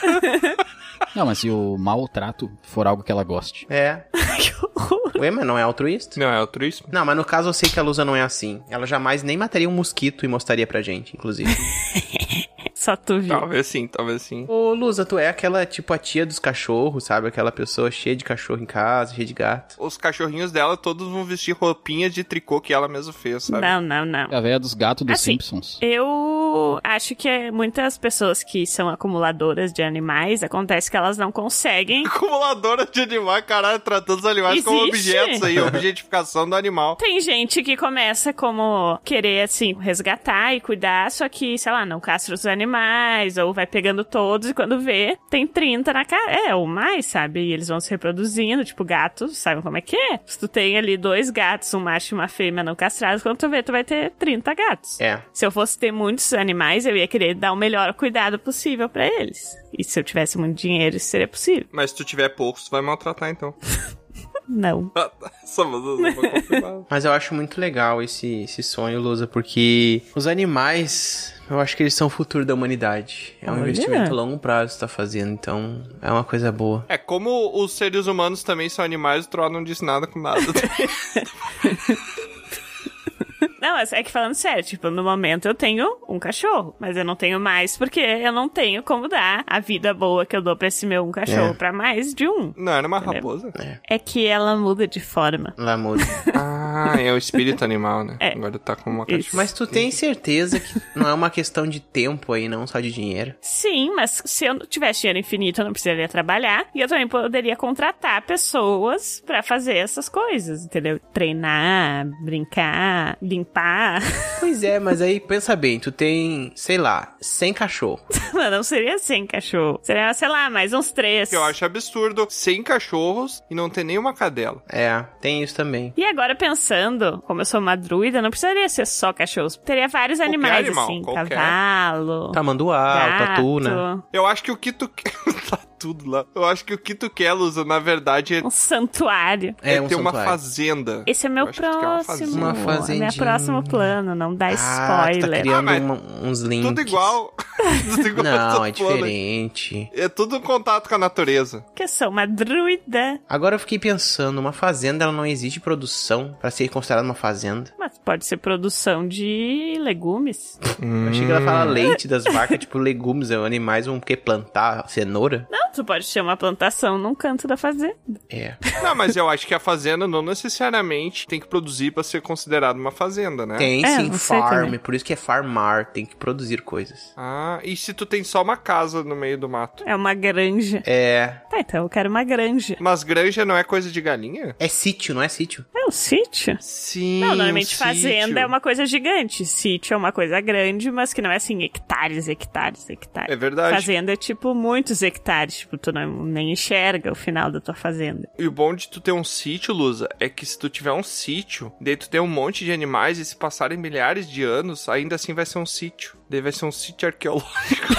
Não, mas se o maltrato for algo que ela goste. É. Ué, mas não é altruísta? Não, é altruísmo. Não, mas no caso eu sei que a Lusa não é assim. Ela jamais nem mataria um mosquito e mostraria pra gente, inclusive. Só tu viu. Talvez sim, talvez sim. Ô, Lusa, tu é aquela, tipo, a tia dos cachorros, sabe? Aquela pessoa cheia de cachorro em casa, cheia de gato. Os cachorrinhos dela todos vão vestir roupinhas de tricô que ela mesma fez, sabe? Não, não, não. É A velha dos gatos dos Assim. Simpsons. Eu acho que é, muitas pessoas que são acumuladoras de animais, acontece que elas não conseguem. Acumuladora de animais, caralho, tratando os animais como Existe? objetos aí, objetificação do animal. Tem gente que começa como querer, assim, resgatar e cuidar, só que, sei lá, não castra os animais, ou vai pegando todos e quando vê, tem 30 na cara. É, ou mais, sabe? E eles vão se reproduzindo, tipo, gatos, sabe como é que é? Se tu tem ali dois gatos, um macho e uma fêmea não castrados, quando tu vê, tu vai ter 30 gatos. É. Se eu fosse ter muitos animais, eu ia querer dar o melhor cuidado possível pra eles. E se eu tivesse muito dinheiro, isso seria possível. Mas se tu tiver poucos, tu vai maltratar então. Ah, tá. Não. Só mas eu não vou confirmar. Mas eu acho muito legal esse, esse sonho, Lusa, porque os animais, eu acho que eles são o futuro da humanidade. É um Olha. investimento a longo prazo que tu tá fazendo, então é uma coisa boa. É, como os seres humanos também são animais, o Troll não disse nada com nada. Não, mas é que falando sério, tipo, no momento eu tenho um cachorro, mas eu não tenho mais porque eu não tenho como dar a vida boa que eu dou pra esse meu um cachorro É. pra mais de um. não, era uma Entendeu? raposa. É que ela muda de forma. Lá muda. Ah, é o espírito animal, né? É. Agora tá com uma cachorra. Mas tu tem certeza que não é uma questão de tempo aí, não só de dinheiro? Sim, mas se eu tivesse dinheiro infinito, eu não precisaria trabalhar. E eu também poderia contratar pessoas pra fazer essas coisas, entendeu? Treinar, brincar, limpar. Pois é, mas aí pensa bem, tu tem, sei lá, 100 cachorro. Mano, não seria sem cachorro. Seria, sei lá, mais uns três. Eu acho absurdo 100 cachorros e não ter nenhuma cadela. É, tem isso também. E agora pensando, como eu sou uma druida, não precisaria ser só cachorros. Teria vários Qualquer animais, animal, assim. qualquer. Cavalo. Tá Tamanduá, gato. tatu, né? Eu acho que o que tu quer. tá tudo lá. Eu acho que o que tu quer, Lusa, na verdade, é, Um santuário. É, é um ter uma santuário. fazenda. Esse é meu Eu acho que tu quer uma próximo. fazenda. Uma meu fazendinha. próximo plano. Não dá Ah, tu tá spoiler. criando Ah, mas um- uns links. Tudo igual. tudo igual Não, todo é plano. diferente. É tudo um contato com a natureza. Que eu sou uma druida. Agora eu fiquei pensando, uma fazenda ela não exige produção pra ser considerada uma fazenda. Mas pode ser produção de legumes. Eu achei que ela Hum. fala leite das vacas, tipo legumes, animais vão querer plantar cenoura. Não, tu pode ter uma plantação num canto da fazenda. É. Não, mas eu acho que a fazenda não necessariamente tem que produzir pra ser considerada uma fazenda, né? Tem É, sim não sei também. farm, por isso que é farmar, tem que produzir coisas. Ah, e se tu tem só uma casa no meio do mato? É uma granja. É. Tá, então eu quero uma granja. Mas granja não é coisa de galinha? É sítio, não é sítio? É um sítio? Sim. Não, um normalmente sítio. fazenda é uma coisa gigante. Sítio é uma coisa grande, mas que não é assim, hectares, hectares, hectares. É verdade. Fazenda é tipo muitos hectares, tipo, tu não, nem enxerga o final da tua fazenda. E o bom de tu ter um sítio, Lusa, é que se tu tiver um sítio, daí tu tem um monte de animais e se passarem milhares de anos, ainda assim vai ser um sítio. Daí vai ser um sítio arqueológico.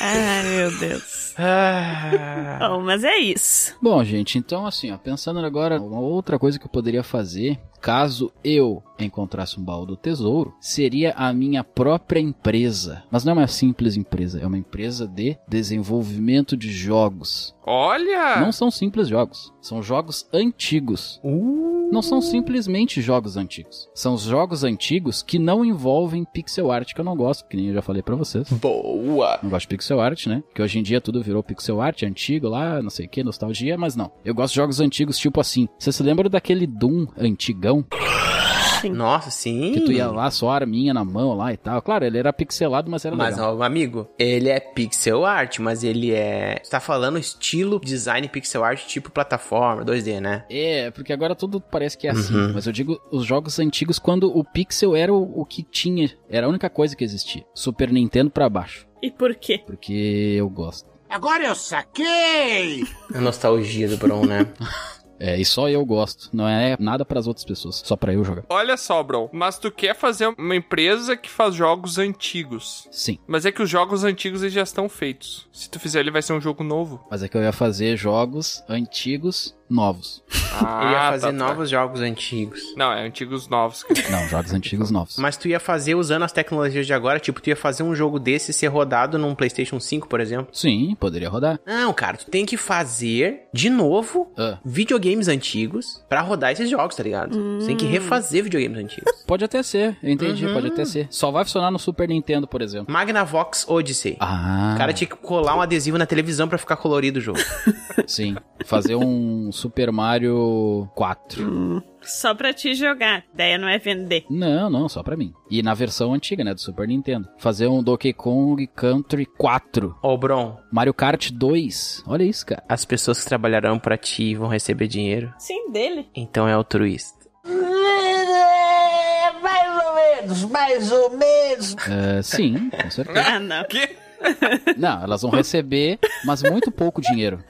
Ai, meu Deus. Ah. Bom, mas é isso. Bom, gente, então assim, ó, pensando agora, uma outra coisa que eu poderia fazer, caso eu encontrasse um baú do tesouro, seria a minha própria empresa. Mas não é uma simples empresa, é uma empresa de desenvolvimento de jogos. Olha! Não são simples jogos, são jogos antigos. Não são simplesmente jogos antigos. São os jogos antigos que não envolvem pixel art, que eu não gosto, que nem eu já falei pra vocês. Boa! Não gosto de pixel art, né? Que hoje em dia tudo virou pixel art antigo lá, não sei o que, nostalgia, mas não. Eu gosto de jogos antigos, tipo assim. Você se lembra daquele Doom antigão? Nossa, sim. Que tu ia lá, só a arminha na mão lá e tal. Claro, ele era pixelado, mas era Mas, legal. ó, amigo, ele é pixel art, mas ele é. Você tá falando estilo design pixel art tipo plataforma, 2D, né? É, porque agora tudo parece que é assim. Uhum. Mas eu digo os jogos antigos quando o pixel era o, o que tinha. Era a única coisa que existia. Super Nintendo pra baixo. E por quê? Porque eu gosto. Agora eu saquei! A nostalgia do Bron, né? É, e só eu gosto. Não é nada pras outras pessoas. Só pra eu jogar. Olha só, Bron, mas tu quer fazer uma empresa que faz jogos antigos. Sim. Mas é que os jogos antigos eles já estão feitos. Se tu fizer, ele vai ser um jogo novo. Mas é que eu ia fazer jogos antigos, novos. Ah, ele ia tá, tá. fazer novos jogos antigos. Não, é antigos novos. cara. Não, jogos antigos, novos. Mas tu ia fazer usando as tecnologias de agora, tipo, tu ia fazer um jogo desse ser rodado num PlayStation 5, por exemplo? Sim, poderia rodar. Não, cara, tu tem que fazer de novo Ah, videogames antigos pra rodar esses jogos, tá ligado? Tu tem que refazer videogames antigos. pode até ser, eu entendi, Uhum. pode até ser. Só vai funcionar no Super Nintendo, por exemplo. Magnavox Odyssey. Ah, O cara tinha que colar um adesivo na televisão pra ficar colorido o jogo. tipo sim. Fazer um Super Mario 4. Só pra te jogar. A ideia não é vender. Não, não, só pra mim. E na versão antiga, né, do Super Nintendo. Fazer um Donkey Kong Country 4. Ô, Bron, Mario Kart 2. Olha isso, cara. as pessoas que trabalharão pra ti vão receber dinheiro, Sim, dele. então é altruísta. É, mais ou menos, mais ou menos. É, sim, com certeza. Ah, não. Não, elas vão receber, mas muito pouco dinheiro.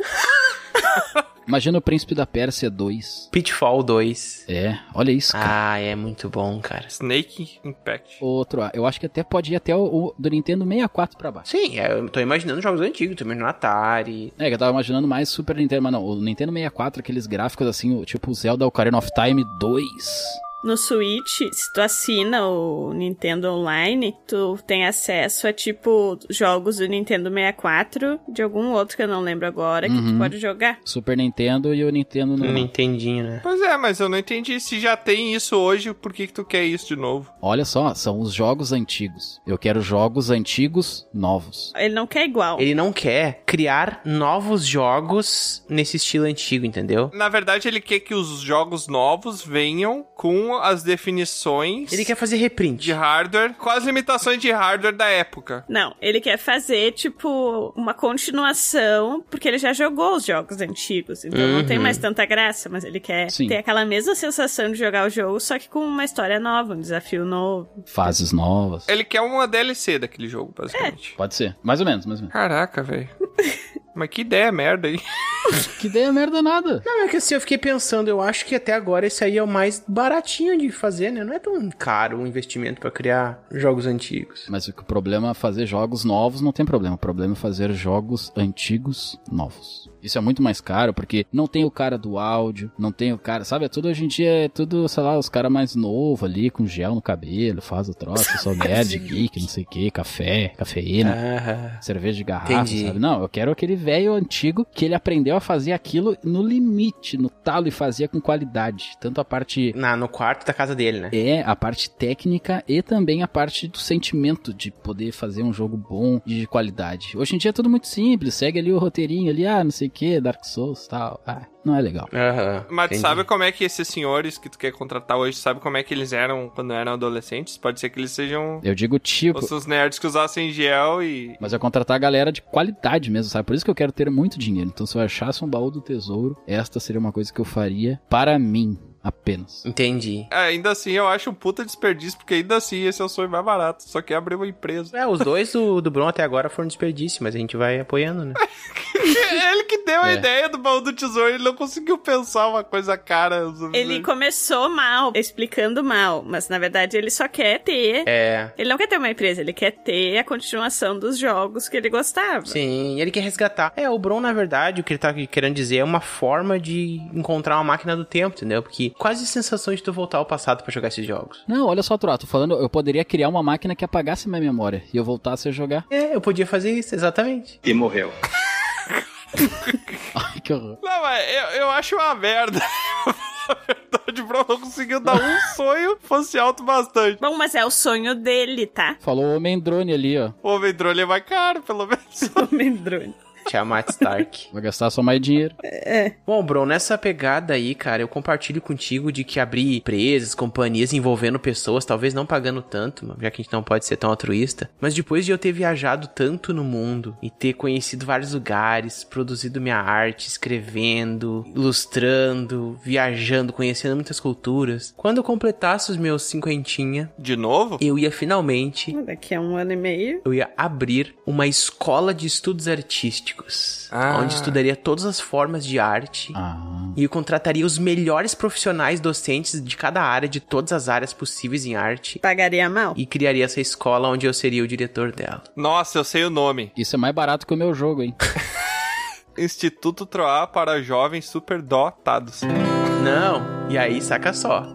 Imagina o Príncipe da Pérsia 2. Pitfall 2. É, olha isso, cara. Ah, é muito bom, cara. Snake Impact. Outro, ah, eu acho que até pode ir até o, o do Nintendo 64 pra baixo. Sim, é, eu tô imaginando jogos antigos, tô imaginando Atari. É, que eu tava imaginando mais Super Nintendo, mas não, o Nintendo 64, aqueles gráficos assim, o- tipo o Zelda Ocarina of Time 2. No Switch, se tu assina o Nintendo Online, tu tem acesso a, tipo, jogos do Nintendo 64, de algum outro que eu não lembro agora, que Uhum. tu pode jogar. Super Nintendo e o Nintendo no... Nintendinho, né? Pois é, mas eu não entendi se já tem isso hoje, por que, que tu quer isso de novo? Olha só, são os jogos antigos. Eu quero jogos antigos novos. Ele não quer igual. Ele não quer criar novos jogos nesse estilo antigo, entendeu? Na verdade, ele quer que os jogos novos venham com as definições Ele quer fazer reprint. de hardware, com as limitações de hardware da época. Não, ele quer fazer, tipo, uma continuação, porque ele já jogou os jogos antigos, então não tem Uhum. mais tanta graça, mas ele quer Sim. ter aquela mesma sensação de jogar o jogo, só que com uma história nova, um desafio novo. Fases novas. Ele quer uma DLC daquele jogo, basicamente. Pode ser. Mais ou menos, mais ou É. menos. Caraca, velho. mas que ideia merda, hein? Que ideia merda nada. Não, é que assim, eu fiquei pensando, eu acho que até agora esse aí é o mais baratinho de fazer, né? Não é tão caro o investimento pra criar jogos antigos. Mas o que- o problema é fazer jogos novos, não tem problema. O problema é fazer jogos antigos novos. Isso é muito mais caro, porque não tem o cara do áudio, não tem o cara. Sabe, é tudo hoje em dia, é tudo, sei lá, os caras mais novos ali, com gel no cabelo, faz o troço, só nerd, geek, não sei o que, café, cafeína. Ah, Cerveja de garrafa, Entendi. sabe? Não, eu quero aquele velho antigo que ele aprendeu a fazer aquilo no limite, no talo e fazia com qualidade. Tanto a parte na, no quarto da casa dele, né? é a parte técnica e também a parte do sentimento de poder fazer um jogo bom e de qualidade. Hoje em dia é tudo muito simples, segue ali o roteirinho ali, ah, não sei o que, Dark Souls tal. Ah, não é legal. Aham. Mas tu entendi. sabe como é que esses senhores que tu quer contratar hoje, sabe como é que eles eram quando eram adolescentes? Pode ser que eles sejam Eu digo tipo, fossem os nerds que usassem gel e. mas eu contratar a galera de qualidade mesmo, sabe? Por isso que eu quero ter muito dinheiro. Então se eu achasse um baú do tesouro, esta seria uma coisa que eu faria para mim apenas. Entendi. Ainda assim, eu acho um puta desperdício, porque ainda assim esse é o sonho mais barato. Só quer abrir uma empresa. É, os dois do, do Bron até agora foram desperdício, mas a gente vai apoiando, né? É ele que deu a É. ideia do baú do tesouro, ele não conseguiu pensar uma coisa cara. Ele começou mal, explicando mal, mas na verdade ele só quer ter. É. Ele não quer ter uma empresa, ele quer ter a continuação dos jogos que ele gostava. Sim, ele quer resgatar. É, o Bron, na verdade, o que ele tá querendo dizer é uma forma de encontrar uma máquina do tempo, entendeu? Porque quase a sensação de tu voltar ao passado pra jogar esses jogos. Não, olha só, Troá, tô falando, eu poderia criar uma máquina que apagasse minha memória e eu voltasse a jogar. É, eu podia fazer isso, exatamente. E morreu. Ai, que horror. Não, mas eu, eu acho uma merda. Na verdade, o Bruno não conseguiu dar um sonho fosse alto bastante. Bom, mas é o sonho dele, tá? Falou o homem drone ali, ó. O homem drone é mais caro, pelo menos. Homem drone. Tiamat Stark. Vai gastar só mais dinheiro. Bom, Bron, nessa pegada aí, cara, eu compartilho contigo de que abrir empresas, companhias envolvendo pessoas, talvez não pagando tanto, mano, já que a gente não pode ser tão altruísta, mas depois de eu ter viajado tanto no mundo e ter conhecido vários lugares, produzido minha arte, escrevendo, ilustrando, viajando, conhecendo muitas culturas, quando eu completasse os meus cinquentinha, De novo? eu ia finalmente, Daqui a um ano e meio. eu ia abrir uma escola de estudos artísticos, Ah. onde estudaria todas as formas de arte Ah. e eu contrataria os melhores profissionais docentes de cada área, de todas as áreas possíveis em arte, Pagaria mal? e criaria essa escola onde eu seria o diretor dela. Nossa, eu sei o nome. Isso é mais barato que o meu jogo, hein? Instituto Troá para Jovens Superdotados. Não, e aí saca só.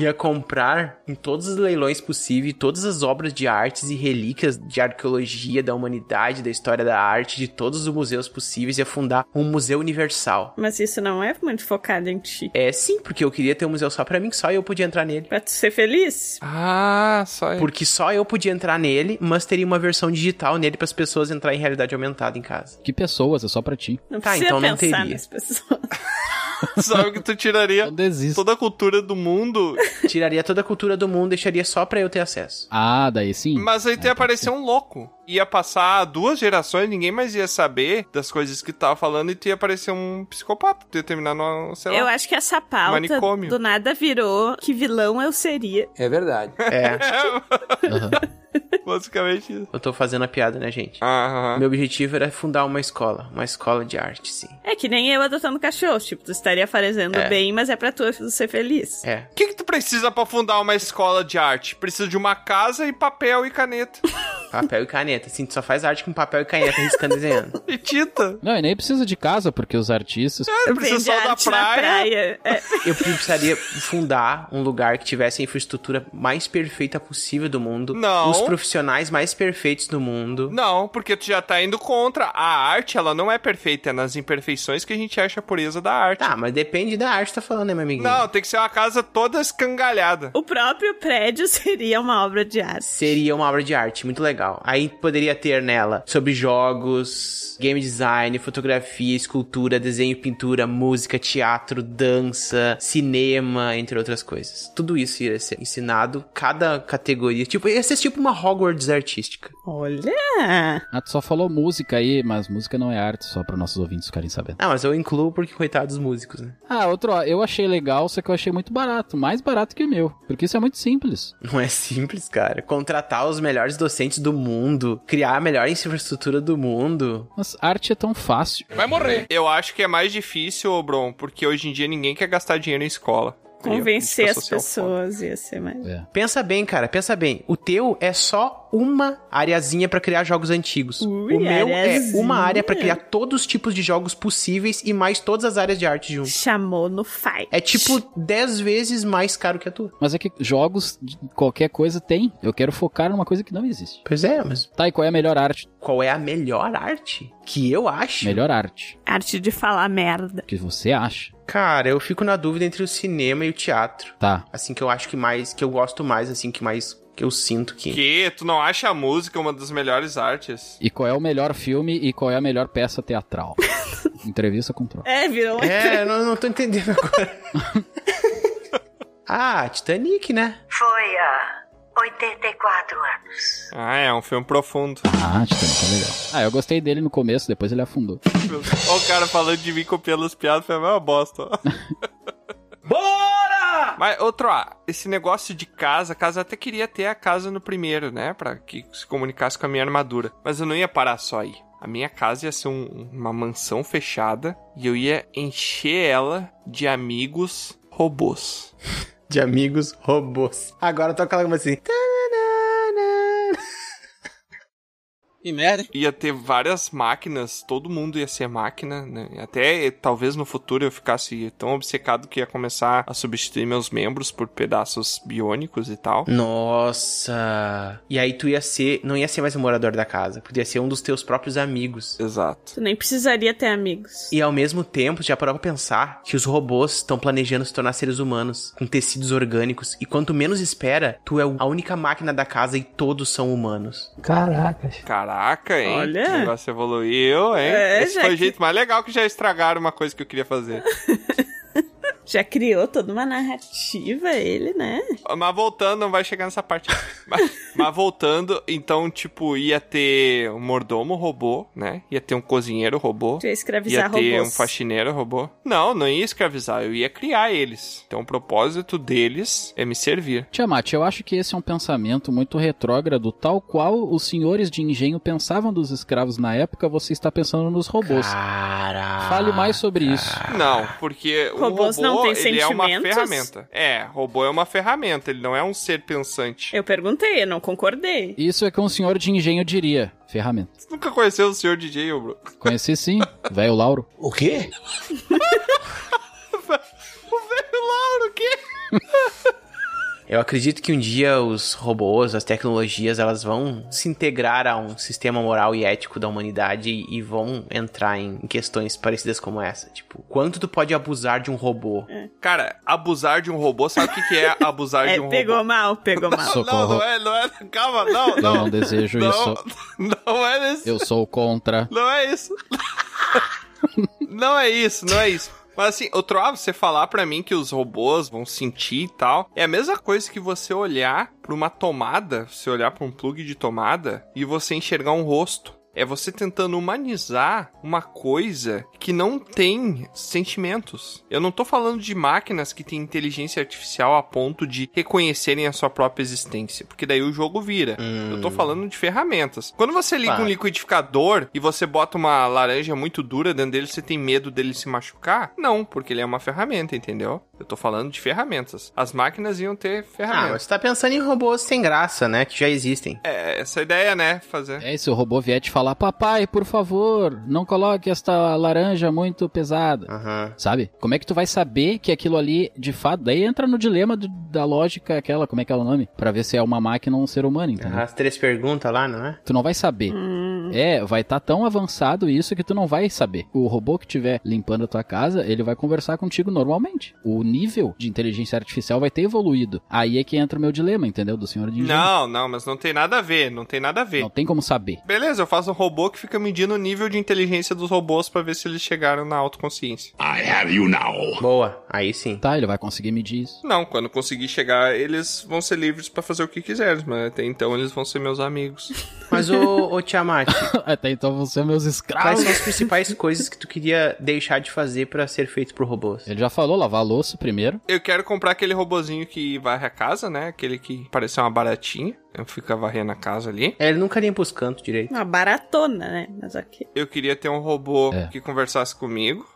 Ia comprar em todos os leilões possíveis todas as obras de artes e relíquias de arqueologia da humanidade, da história da arte, de todos os museus possíveis, ia fundar um museu universal. Mas isso não é muito focado em ti. É sim, porque eu queria ter um museu só pra mim, que só eu podia entrar nele. Pra tu ser feliz? Ah, só Porque só eu podia entrar nele, mas teria uma versão digital nele para as pessoas entrarem em realidade aumentada em casa. Que pessoas, é só pra ti. Não Tá, precisa então não pensar teria. nas pessoas. Sabe que tu Eu tiraria desisto. toda a cultura do mundo. Tiraria toda a cultura do mundo, deixaria só pra eu ter acesso. Ah, tá daí sim. Mas aí tu ia aparecer um louco. Ia passar duas gerações, ninguém mais ia saber das coisas que tu tava falando e tu ia aparecer um psicopata. Tu ia terminar no, sei lá. Eu acho que essa pauta Então, Manicômio. do nada virou que vilão eu seria. É verdade. É. Aham. Basicamente isso. Ah, Eu tô fazendo a piada, né, gente? Aham. Meu objetivo era fundar uma escola. Uma escola de arte, sim. É que nem eu adotando cachorros, tipo, tu estaria fazendo É. bem, mas é pra tu ser feliz. É. O que, que tu precisa pra fundar uma escola de arte? Precisa de uma casa e papel e caneta. Papel e caneta. Assim, tu só faz arte com papel e caneta, riscando e desenhando. E tinta. Não, e nem precisa de casa, porque os artistas. É, precisa Vende só da arte na praia. praia. É. Eu precisaria fundar um lugar que tivesse a infraestrutura mais perfeita possível do mundo. Não. Os profissionais mais perfeitos do mundo. Não, porque tu já tá indo contra. A arte, ela não é perfeita. É nas imperfeições que a gente acha a pureza da arte. Tá, mas depende da arte que tá falando, né, meu amiguinho? Não, tem que ser uma casa toda escangalhada. O próprio prédio seria uma obra de arte. Seria uma obra de arte, muito legal. Aí poderia ter nela sobre jogos, game design, fotografia, escultura, desenho, pintura, música, teatro, dança, cinema, entre outras coisas. Tudo isso iria ser ensinado, cada categoria. Tipo, ia ser tipo uma Hogwarts artística. Olha! Ah, tu só falou música aí, mas música não é arte, só para nossos ouvintes ficarem sabendo. Ah, mas eu incluo porque coitados músicos, né? Ah, outro, ó, eu achei legal, só que eu achei muito barato, mais barato que o meu, porque isso é muito simples. Não é simples, cara. Contratar os melhores docentes do mundo, criar a melhor infraestrutura do mundo. Mas arte é tão fácil. Vai morrer. Eu acho que é mais difícil, ô Bron, porque hoje em dia ninguém quer gastar dinheiro em escola. Convencer as Política social foda. pessoas ia ser mais. É. Pensa bem, cara, pensa bem. O teu é só uma areazinha pra criar jogos antigos. Ui, o meu areazinha. é uma área pra criar todos os tipos de jogos possíveis e mais todas as áreas de arte junto. Chamou no fight. É tipo 10 vezes mais caro que a tua. Mas é que jogos de qualquer coisa tem. Eu quero focar numa coisa que não existe. Pois é, mas Tá, e qual é a melhor arte? qual é a melhor arte? Que eu acho. Melhor arte. Arte de falar merda. Que você acha. Cara, eu fico na dúvida entre o cinema e o teatro. Tá. Assim que eu acho que mais, que eu gosto mais, assim que mais que eu sinto que Que? Tu não acha a música uma das melhores artes? E qual é o melhor filme e qual é a melhor peça teatral? Entrevista com o Tron. É, virou uma É, eu não, não tô entendendo agora. ah, Titanic, né? Foi há 84 anos. Ah, é um filme profundo. Ah, Titanic é legal. Ah, eu gostei dele no começo, depois ele afundou. Olha o cara falando de mim copiando as piadas, foi a mesma bosta. Bora! Mas, outro, ah, esse negócio de casa, casa eu até queria ter a casa no primeiro, né? Pra que se comunicasse com a minha armadura. Mas eu não ia parar só aí. A minha casa ia ser um- uma mansão fechada e eu ia encher ela de amigos robôs. De amigos robôs. Agora toca lá como assim. Que merda, hein? Ia ter várias máquinas, todo mundo ia ser máquina, né? Até eh, talvez no futuro eu ficasse tão obcecado que ia começar a substituir meus membros por pedaços biônicos e tal. Nossa! E aí tu ia ser. Não ia ser mais um morador da casa, podia ser um dos teus próprios amigos. Exato. Tu nem precisaria ter amigos. E ao mesmo tempo, já parou pra pensar que os robôs estão planejando se tornar seres humanos, com tecidos orgânicos, e quanto menos espera, tu é a única máquina da casa e todos são humanos. Caracas. Caraca, hein? Olha. O negócio evoluiu, hein? É, Esse já foi o que- jeito mais legal que já estragaram uma coisa que eu queria fazer. Já criou toda uma narrativa ele, né? mas voltando, não vai chegar nessa parte. mas, mas voltando, então, tipo, ia ter um mordomo robô, né? Ia ter um cozinheiro robô. Tu ia escravizar Ia ter robôs. um faxineiro robô? Não, não ia escravizar, eu ia criar eles. Então o propósito deles é me servir. Tiamat, eu acho que esse é um pensamento muito retrógrado, tal qual os senhores de engenho pensavam dos escravos na época, você está pensando nos robôs. Caraca! Fale mais sobre isso. Não, porque o Robôs robô não têm ele é uma sentimentos? ferramenta. É, robô é uma ferramenta, ele não é um ser pensante. Eu perguntei, eu não concordei. Isso é que um senhor de engenho diria. Ferramenta. Você nunca conheceu o senhor DJ, ô, bro? Conheci sim, velho Lauro. O quê? O velho Lauro, o quê? Eu acredito que um dia os robôs, as tecnologias, elas vão se integrar a um sistema moral e ético da humanidade e vão entrar em questões parecidas como essa. Tipo, quanto tu pode abusar de um robô? Cara, abusar de um robô, sabe o que, que é abusar É, de um pegou robô? mal, pegou mal. Não, Socorro. não é, não é. Calma, não, Eu não. não desejo não, isso. não é isso. Eu sou contra. Não é isso. não é isso, não é isso. Mas assim, o Trova, você falar pra mim que os robôs vão sentir e tal, é a mesma coisa que você olhar pra uma tomada, você olhar pra um plug de tomada e você enxergar um rosto. É você tentando humanizar uma coisa que não tem sentimentos. Eu não tô falando de máquinas que têm inteligência artificial a ponto de reconhecerem a sua própria existência, porque daí o jogo vira. Hum. Eu tô falando de ferramentas. Quando você liga Claro. um liquidificador e você bota uma laranja muito dura dentro dele, você tem medo dele se machucar? Não, porque ele é uma ferramenta, entendeu? Eu tô falando de ferramentas. As máquinas iam ter Ah, ferramentas. mas você tá pensando em robôs sem graça, né? Que já existem. É, essa a ideia, né? Fazer. É, se o robô vier te falar, papai, por favor, não coloque esta laranja muito pesada. Sabe? Como é que tu vai saber que aquilo ali, de fato, daí entra no dilema do- da lógica aquela, como é que é o nome? Pra ver se é uma máquina ou um ser humano, Uhum. entendeu? As três perguntas lá, não é? Tu não vai saber. É, vai estar tão avançado isso que tu não vai saber. O robô que estiver limpando a tua casa, ele vai conversar contigo normalmente. O nível de inteligência artificial vai ter evoluído. Aí é que entra o meu dilema, entendeu? Do senhor de engenho. Não, não, mas não tem nada a ver, não tem nada a ver. Não tem como saber. Beleza, eu faço um robô que fica medindo o nível de inteligência dos robôs pra ver se eles chegaram na autoconsciência. I have you now. Boa, aí sim. Tá, ele vai conseguir medir isso. Não, quando conseguir chegar, eles vão ser livres pra fazer o que quiserem, mas até então eles vão ser meus amigos. Mas, ô, ô Tiamat, Até então vão ser meus quais escravos. são as principais coisas que tu queria deixar de fazer pra ser feito por robôs? Ele já falou lavar a louça primeiro. Eu quero comprar aquele robozinho que varre a casa, né? Aquele que parece uma baratinha. Eu fico varrendo a casa ali. É, ele nunca limpa os cantos direito. Uma baratona, né? Mas ok. Eu queria ter um robô que conversasse comigo.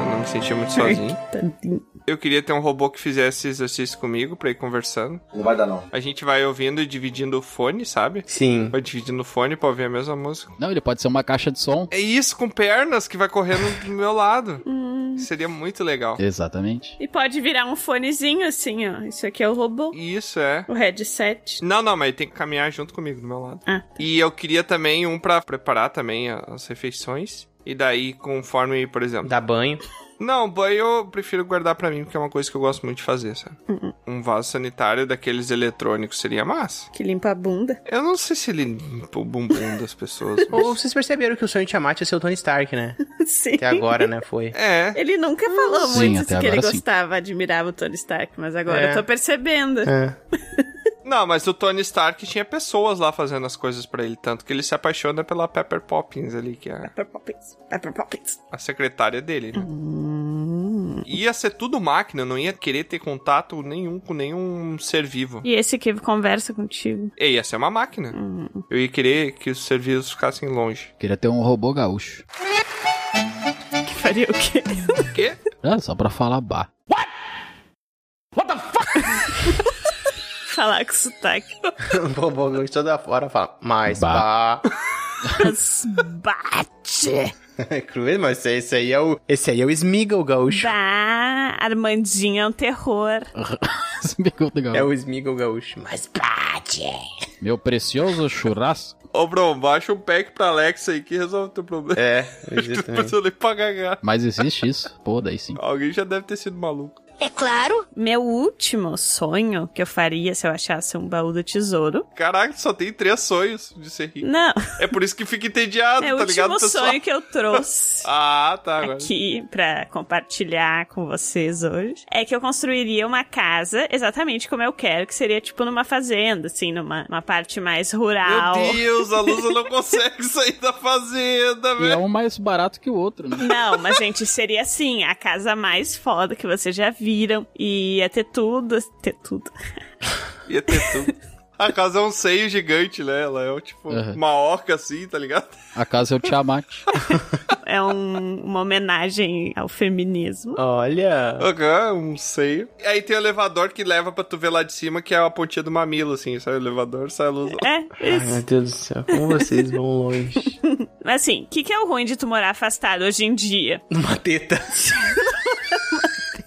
Eu não me sentia muito sozinho. Eu queria ter um robô que fizesse exercício comigo pra ir conversando. Não vai dar, não. A gente vai ouvindo e dividindo o fone, sabe? Sim. Vai dividindo o fone pra ouvir a mesma música. Não, ele pode ser uma caixa de som. É isso, com pernas que vai correndo do meu lado. Seria muito legal. Exatamente. E pode virar um fonezinho assim, ó. Isso aqui é o robô. Isso é. O headset. Não, não, mas ele tem que caminhar junto comigo, do meu lado. Ah. E eu queria também um pra preparar também a- as refeições. E daí, conforme, por exemplo... Dar banho. Não, banho eu prefiro guardar pra mim, porque é uma coisa que eu gosto muito de fazer, sabe? Um vaso sanitário daqueles eletrônicos seria massa. Que limpa a bunda. Eu não sei se ele limpa o bumbum das pessoas, mas... Ou vocês perceberam que o sonho de Tiamat é ser o Tony Stark, né? Sim. Até agora, né? Foi. É. assim. Ele nunca falou Sim, muito até que ele agora sim. gostava, admirava o Tony Stark, mas agora É. eu tô percebendo. Não, mas o Tony Stark tinha pessoas lá fazendo as coisas pra ele, tanto que ele se apaixona pela Pepper Poppins ali, que é a- Pepper Poppins. Pepper Poppins. a secretária dele, né? Hum. Ia ser tudo máquina, não ia querer ter contato nenhum com nenhum ser vivo. E esse que conversa contigo. E ia ser uma máquina. Eu ia querer que os ser vivos ficassem longe. Queria ter um robô gaúcho. Que faria o quê? Ah, só pra falar bah. Falar com sotaque. o robô de toda hora fala, mas bah. Mas bate. É cruel, mas esse aí é o. Esse aí é o Smeagol gaúcho. Bah, Armandinho é um terror. É o Smeagol gaúcho. Mas bate. Meu precioso churrasco. Ô, Brom, baixa um pack pra Alexa aí que resolve o teu problema. É, exatamente. Eu pra cagar. Mas existe isso? Pô, daí sim. Alguém já deve ter sido maluco. É claro. Meu último sonho que eu faria se eu achasse um baú do tesouro. Caraca, só tem três sonhos de ser rico. Não. É por isso que fica entediado, É o tá ligado, último pessoal? sonho que eu trouxe. ah, tá, agora. Aqui pra compartilhar com vocês hoje. É que eu construiria uma casa exatamente como eu quero, que seria tipo numa fazenda, assim, numa, numa parte mais rural. Meu Deus, a Lusa não consegue sair da fazenda, E é velho. um mais barato que o outro, né? Não, mas gente, seria assim, a casa mais foda que vocês já viram. E ia ter tudo, ter tudo. Ia ter tudo. A casa é um seio gigante, né? Ela é tipo Aham. uma orca assim, tá ligado? A casa é o Tiamat. É um- uma homenagem ao feminismo. Olha. Aham, um seio. E aí tem o elevador que leva pra tu ver lá de cima, que é a pontinha do mamilo, assim. Sai o elevador, sai a luz. É, isso. Deus do céu, como vocês vão longe. Mas assim, o que, que é o ruim de tu morar afastado hoje em dia? Uma teta.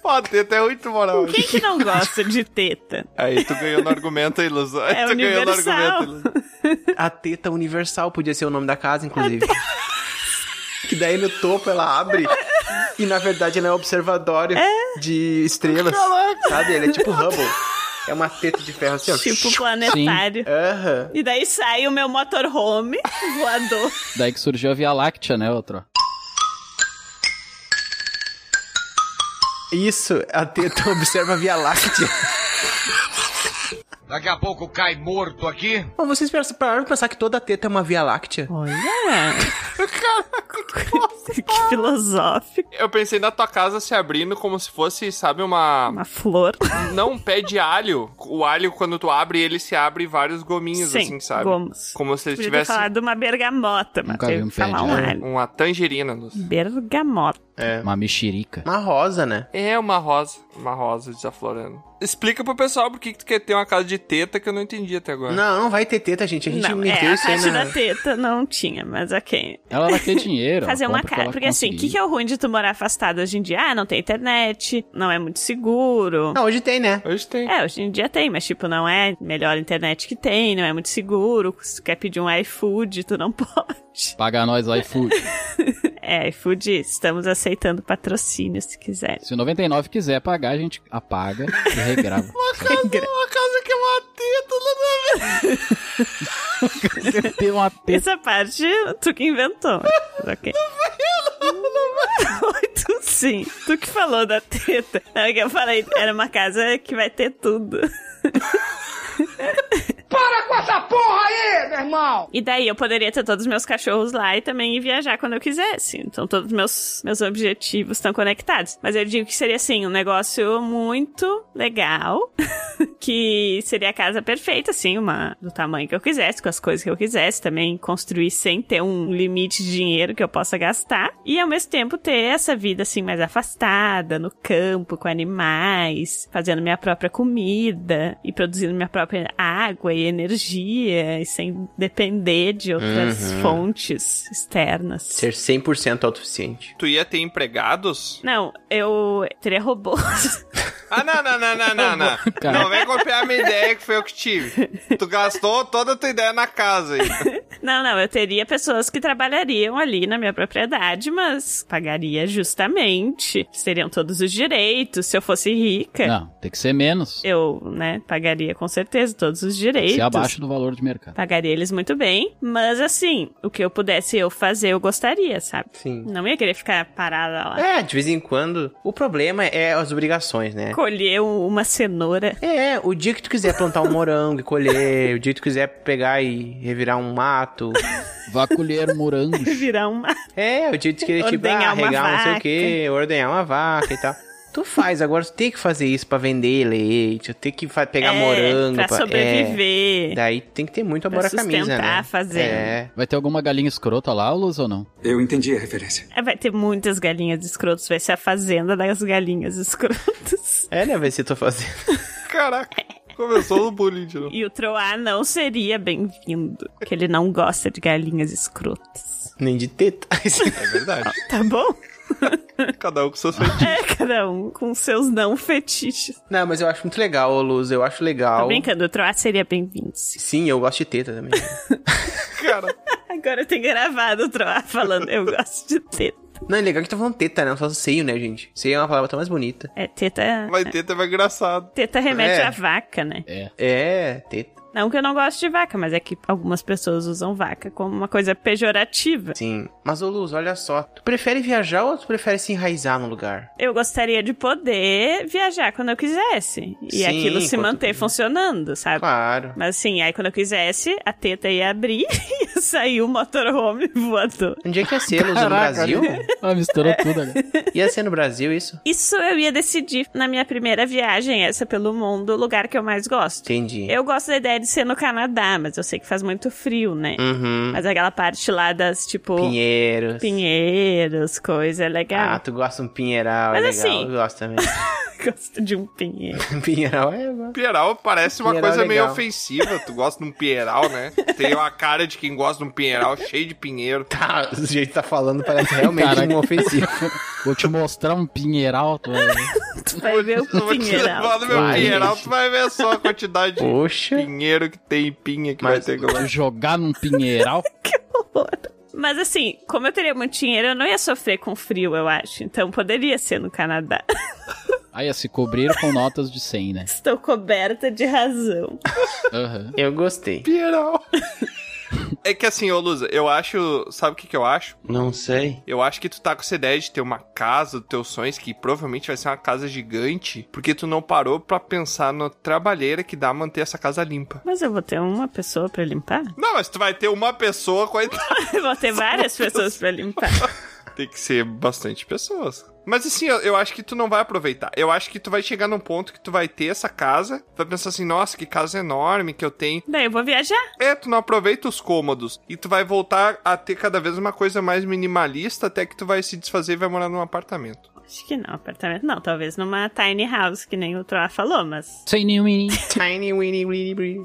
Pô, teta é muito moral. Quem que não gosta de teta? Aí tu ganhou no argumento, aí, Luz. Aí É tu ganhou no universal. argumento, né? Luz. A teta universal podia ser o nome da casa, inclusive. que daí no topo ela abre e na verdade ela é um observatório de estrelas. Caraca. Sabe? Ele é tipo Hubble. É uma teta de ferro assim, ó. Tipo planetário. Aham. E daí sai o meu motorhome voador. Daí que surgiu a Via Láctea, né, outro? Isso, a teta observa a Via Láctea. Daqui a pouco cai morto aqui. Bom, vocês pens- pararam de pensar que toda teta é uma Via Láctea? Olha! que filosófico. Eu pensei na tua casa se abrindo como se fosse, sabe, uma. Uma flor. Não, um pé de alho. O alho, quando tu abre, ele se abre vários gominhos, Sim, assim, sabe? gomos. Como se ele Podia tivesse ter falado uma bergamota, mas Nunca vi teve um que pé falar de um alho. alho. uma tangerina. Luz. Bergamota. Uma mexerica. É. Uma rosa, né? É uma rosa. Uma rosa desaflorando. Explica pro pessoal por que que tu quer ter uma casa de teta que eu não entendi até agora. Não, não vai ter teta, gente. A gente Não, meteu é, a isso aí parte né? na... da teta não tinha, mas ok. Ela vai ter dinheiro. Fazer ela uma compra o que casa. ela Porque assim, o que, conseguir. que é o ruim de tu morar afastado hoje em dia? Ah, não tem internet, não é muito seguro. Não, hoje tem, né? Hoje tem. É, hoje em dia tem, mas tipo, não é a melhor internet que tem, não é muito seguro. Se tu quer pedir um iFood, tu não pode. Paga nós iFood. É, iFood, estamos aceitando patrocínio se quiser. Se o 99 quiser pagar, a gente apaga e regrava. uma casa que é uma teta, não Tem uma teta. Essa parte tu que inventou. mas Ok. Oi, tu sim. Tu que falou da teta. Não, é que eu falei, era uma casa que vai ter tudo. Para com essa porra aí, meu irmão! E daí eu poderia ter todos os meus cachorros lá e também ir viajar quando eu quisesse. Então todos os meus, meus objetivos estão conectados. Mas eu digo que seria assim, um negócio muito legal. que seria a casa perfeita, assim, uma do tamanho que eu quisesse, com as coisas que eu quisesse, também construir sem ter um limite de dinheiro que eu possa gastar. E ao mesmo tempo ter essa vida assim mais afastada, no campo, com animais, fazendo minha própria comida e produzindo minha própria água e energia, e sem depender de outras Uhum. fontes externas. Ser 100% autossuficiente. Tu ia ter empregados? Não, eu teria robôs. Ah, não, não, não, não, não, não. Cara. Não vem copiar a minha ideia que foi eu que tive. Tu gastou toda a tua ideia na casa aí. Não, não, eu teria pessoas que trabalhariam ali na minha propriedade, mas pagaria justamente. Teriam todos os direitos. Se eu fosse rica, Não, tem que ser menos. eu, né, pagaria com certeza todos os Tem que direitos. ser abaixo do valor de mercado. Pagaria eles muito bem, mas assim, o que eu pudesse eu fazer, eu gostaria, sabe? Sim. Não ia querer ficar parada lá. É, de vez em quando. O problema é as obrigações, né? Colher um- uma cenoura. É, o dia que tu quiser plantar um morango e colher, o dia que tu quiser pegar e revirar um mato. Vá colher morangos. Virar uma. É, o dia que tu querer, tipo, ah, Ordenhar uma regar não sei o vaca. quê, ordenhar uma vaca e tal. Tu faz, agora tu tem que fazer isso pra vender leite, tu tem que fa- pegar É, morango. Pra pra- sobreviver. É, daí tu tem que ter muito amor Pra à camisa, sustentar né? a fazenda. É. Vai ter alguma galinha escrota lá, Luz, ou não? Eu entendi a referência. É, Vai ter muitas galinhas escrotas, vai ser a fazenda das galinhas escrotas. É, né? Vai ser tua fazenda. Caraca. Começou o bullying de novo. E o Troá não seria bem-vindo, porque ele não gosta de galinhas escrotas. Nem de teta. É verdade. Tá bom? Cada um com seus feitiços. É, cada um com seus não fetiches. Não, mas eu acho muito legal, ô Luz. Eu acho Tô legal. brincando, o Troá seria bem-vindo. sim. Sim, eu gosto de teta também. Cara, Agora tem gravado o Troá falando, eu gosto de teta. não, é legal que tá falando teta, né? Não falando seio, né, gente? Seio é uma palavra tão mais bonita. É, teta... vai ter também engraçado. Teta remete É. à vaca, né? É. É, teta. Não que eu não gosto de vaca, mas é que algumas pessoas usam vaca como uma coisa pejorativa. Sim. Mas, ô Luz, olha só. Tu prefere viajar ou tu prefere se enraizar no lugar? Eu gostaria de poder viajar quando eu quisesse. E Sim, aquilo se enquanto- manter funcionando, sabe? Claro. Mas assim, aí quando eu quisesse, a teta ia abrir e ia sair o motorhome voador. Onde é que ia ser, Luz? No Caraca, Brasil? Ah, misturou tudo agora. Ia ser no Brasil isso? Isso eu ia decidir na minha primeira viagem, essa pelo mundo, o lugar que eu mais gosto. Entendi. Eu gosto da ideia de ser no Canadá, mas eu sei que faz muito frio, né? Uhum. Mas aquela parte lá das, tipo, Pinheiros. pinheiros, coisa é Ah, legal. tu gosta de um pinheiral, é Mas legal. assim- Eu gosto também. Gosto de um pinheiro. pinheiral é... eu gosto. Pieral parece uma Pinheiral coisa é meio legal. ofensiva. Tu gosta de um Pieral, né? Tem uma cara de quem gosta de um Pieral cheio de pinheiro. Tá, o jeito que tá falando parece realmente Caraca. um ofensivo. Vou te mostrar um pinheiral. Tu vai ver. Tu vai ver um o Eu vou te pinheiral. levar no meu Vai, Pinheiral, gente. tu vai ver só a quantidade de Poxa. pinheiro que tem e pinha que Mas- vai ter. que Vou jogar num pinheiral. Mas assim, como eu teria muito dinheiro, eu não ia sofrer com frio, eu acho. Então poderia ser no Canadá. Aí ia se cobrir com notas de 100, né? Estou coberta de razão. Aham. Eu gostei. Pinheiral. É que assim, ô Lusa, eu acho. Sabe o que, que eu acho? Não sei. Eu acho que tu tá com essa ideia de ter uma casa dos teus sonhos, que provavelmente vai ser uma casa gigante, porque tu não parou pra pensar na trabalheira que dá manter essa casa limpa. Mas eu vou ter uma pessoa pra limpar? Não, mas tu vai ter uma pessoa, coitada. Eu vou ter várias pessoas pra limpar. Tem que ser bastante pessoas. Mas assim, eu, eu acho que tu não vai aproveitar. Eu acho que tu vai chegar num ponto que tu vai ter essa casa, tu vai pensar assim, nossa, que casa enorme que eu tenho. Daí eu vou viajar. É, tu não aproveita os cômodos. E tu vai voltar a ter cada vez uma coisa mais minimalista até que tu vai se desfazer e vai morar num apartamento. Acho que não, apartamento não. Talvez numa tiny house, que nem o Troá falou, mas. Tiny Winnie. Tiny Winnie Winnie Winnie.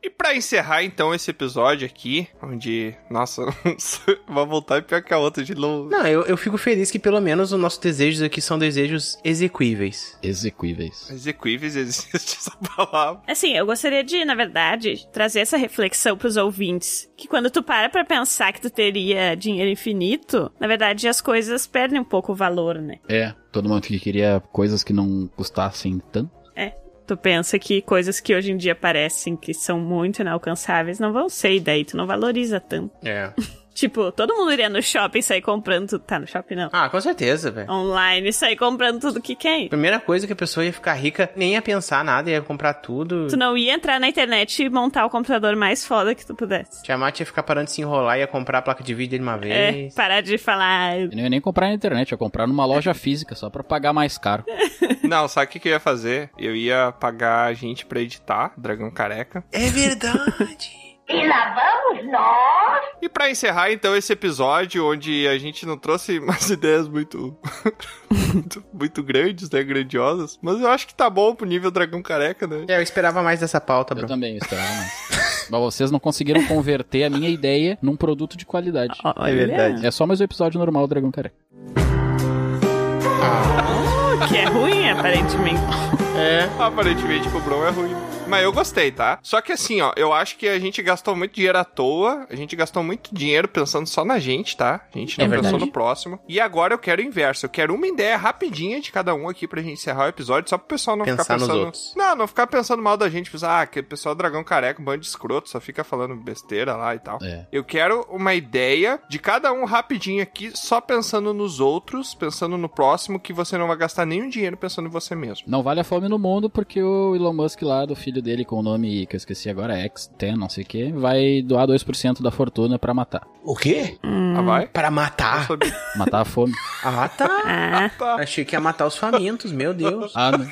E pra encerrar então esse episódio aqui, onde, nossa, vai voltar pior que a outra de novo. Não, eu, eu fico feliz que pelo menos os nossos desejos aqui são desejos exequíveis. Exequíveis. Exequíveis existe essa palavra. Assim, eu gostaria de, na verdade, trazer essa reflexão pros ouvintes. Que quando tu para pra pensar que tu teria dinheiro infinito, na verdade as coisas perdem um pouco o valor, né? É, todo mundo que queria coisas que não custassem tanto. É. Tu pensa que coisas que hoje em dia parecem que são muito inalcançáveis não vão ser, e daí tu não valoriza tanto. É. Tipo, todo mundo iria no shopping e sair comprando tudo. Tá no shopping não. Ah, com certeza, velho. Online, sair comprando tudo que quer. Primeira coisa que a pessoa ia ficar rica, nem ia pensar nada, ia comprar tudo. Tu não ia entrar na internet e montar o computador mais foda que tu pudesse. Tiamat ia ficar parando de se enrolar, ia comprar a placa de vídeo dele uma É, vez. parar de falar. Eu não ia nem comprar na internet, eu ia comprar numa loja física, só pra pagar mais caro. Não, sabe o que, que eu ia fazer? Eu ia pagar gente pra editar Dragão Careca. É, verdade. E lá vamos nós. E pra encerrar então esse episódio, onde a gente não trouxe umas ideias muito. muito, muito grandes, né? Grandiosas. Mas eu acho que tá bom pro nível Dragão Careca, né? É, eu esperava mais dessa pauta, Eu bro. também esperava mais. Mas vocês não conseguiram converter a minha ideia num produto de qualidade. É verdade. É só mais um episódio normal do Dragão Careca. Que é ruim, aparentemente. É. Aparentemente pro Bron é ruim. Mas eu gostei, tá? Só que assim, ó, eu acho que a gente gastou muito dinheiro à toa, a gente gastou muito dinheiro pensando só na gente, tá? A gente não É pensou verdade. no próximo. E agora eu quero o inverso, eu quero uma ideia rapidinha de cada um aqui pra gente encerrar o episódio, só pro pessoal não Pensar ficar nos pensando... outros. Não, não ficar pensando mal da gente, pensar, ah, que o pessoal é dragão careca, um bando de escroto, só fica falando besteira lá e tal. É. Eu quero uma ideia de cada um rapidinho aqui, só pensando nos outros, pensando no próximo, que você não vai gastar nenhum dinheiro pensando em você mesmo. Não vale a fome no mundo porque o Elon Musk lá do filho dele com o nome que eu esqueci agora, X, Ten, não sei o que, vai doar 2% da fortuna pra matar. O quê? Hum. Ah, vai? Pra Eu matar? sabia. Matar a fome. Ah, tá. Ah, Achei que ia matar os famintos, meu Deus. Ah, não.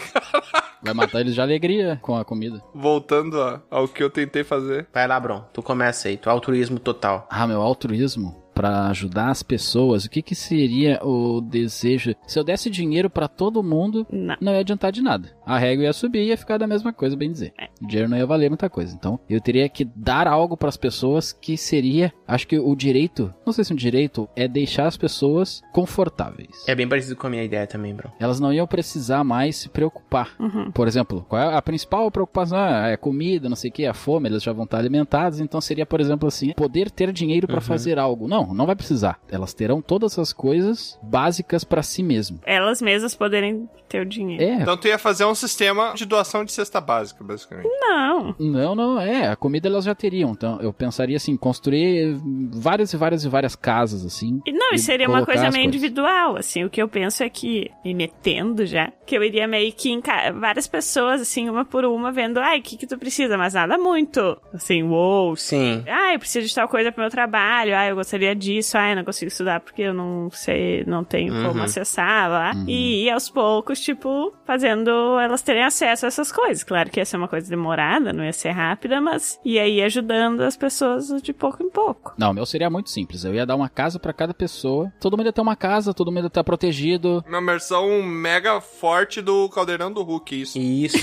Vai matar eles de alegria com a comida. voltando a- ao que eu tentei fazer. Vai lá, Bron. Tu começa aí. Tu é altruísmo total. Ah, meu altruísmo pra ajudar as pessoas. O que que seria o desejo? Se eu desse dinheiro pra todo mundo, não. não ia adiantar de nada. A régua ia subir e ia ficar da mesma coisa, bem dizer. O dinheiro não ia valer muita coisa. Então, eu teria que dar algo pras pessoas que seria, acho que o direito, não sei se um direito é deixar as pessoas confortáveis. É bem parecido com a minha ideia também, Bron. Elas não iam precisar mais se preocupar. Uhum. Por exemplo, qual é a principal preocupação? Ah, é comida, não sei o que, a fome, elas já vão estar alimentadas, então seria, por exemplo, assim, poder ter dinheiro pra Uhum. fazer algo. Não, não vai precisar. Elas terão todas as coisas básicas pra si mesmo. Elas mesmas poderem ter o dinheiro. É. Então tu ia fazer um sistema de doação de cesta básica, basicamente. Hum. Não. Não, não, é, a comida elas já teriam. Então, eu pensaria assim, construir várias e várias e várias casas assim. E Não, e e seria uma colocar coisa as meio coisas. individual, assim. O que eu penso é que, me metendo já, que eu iria meio que em ca- várias pessoas, assim, uma por uma, vendo, ai, o que que tu precisa? Mas nada muito. Assim, uou. Sim. Ah, eu preciso de tal coisa pro meu trabalho. Ah, eu gostaria disso. Ah, eu não consigo estudar porque eu não sei, não tenho como Uhum. acessar lá. E ir aos poucos, tipo, fazendo elas terem acesso a essas coisas. Claro que ia ser uma coisa demorada, não ia ser rápida, mas ia aí ajudando as pessoas de pouco em pouco. Não, o meu seria muito simples. Eu ia dar uma casa pra cada pessoa. Todo mundo ia ter uma casa, todo mundo ia estar protegido. Uma versão mega forte do Caldeirão do Hulk, isso. Isso.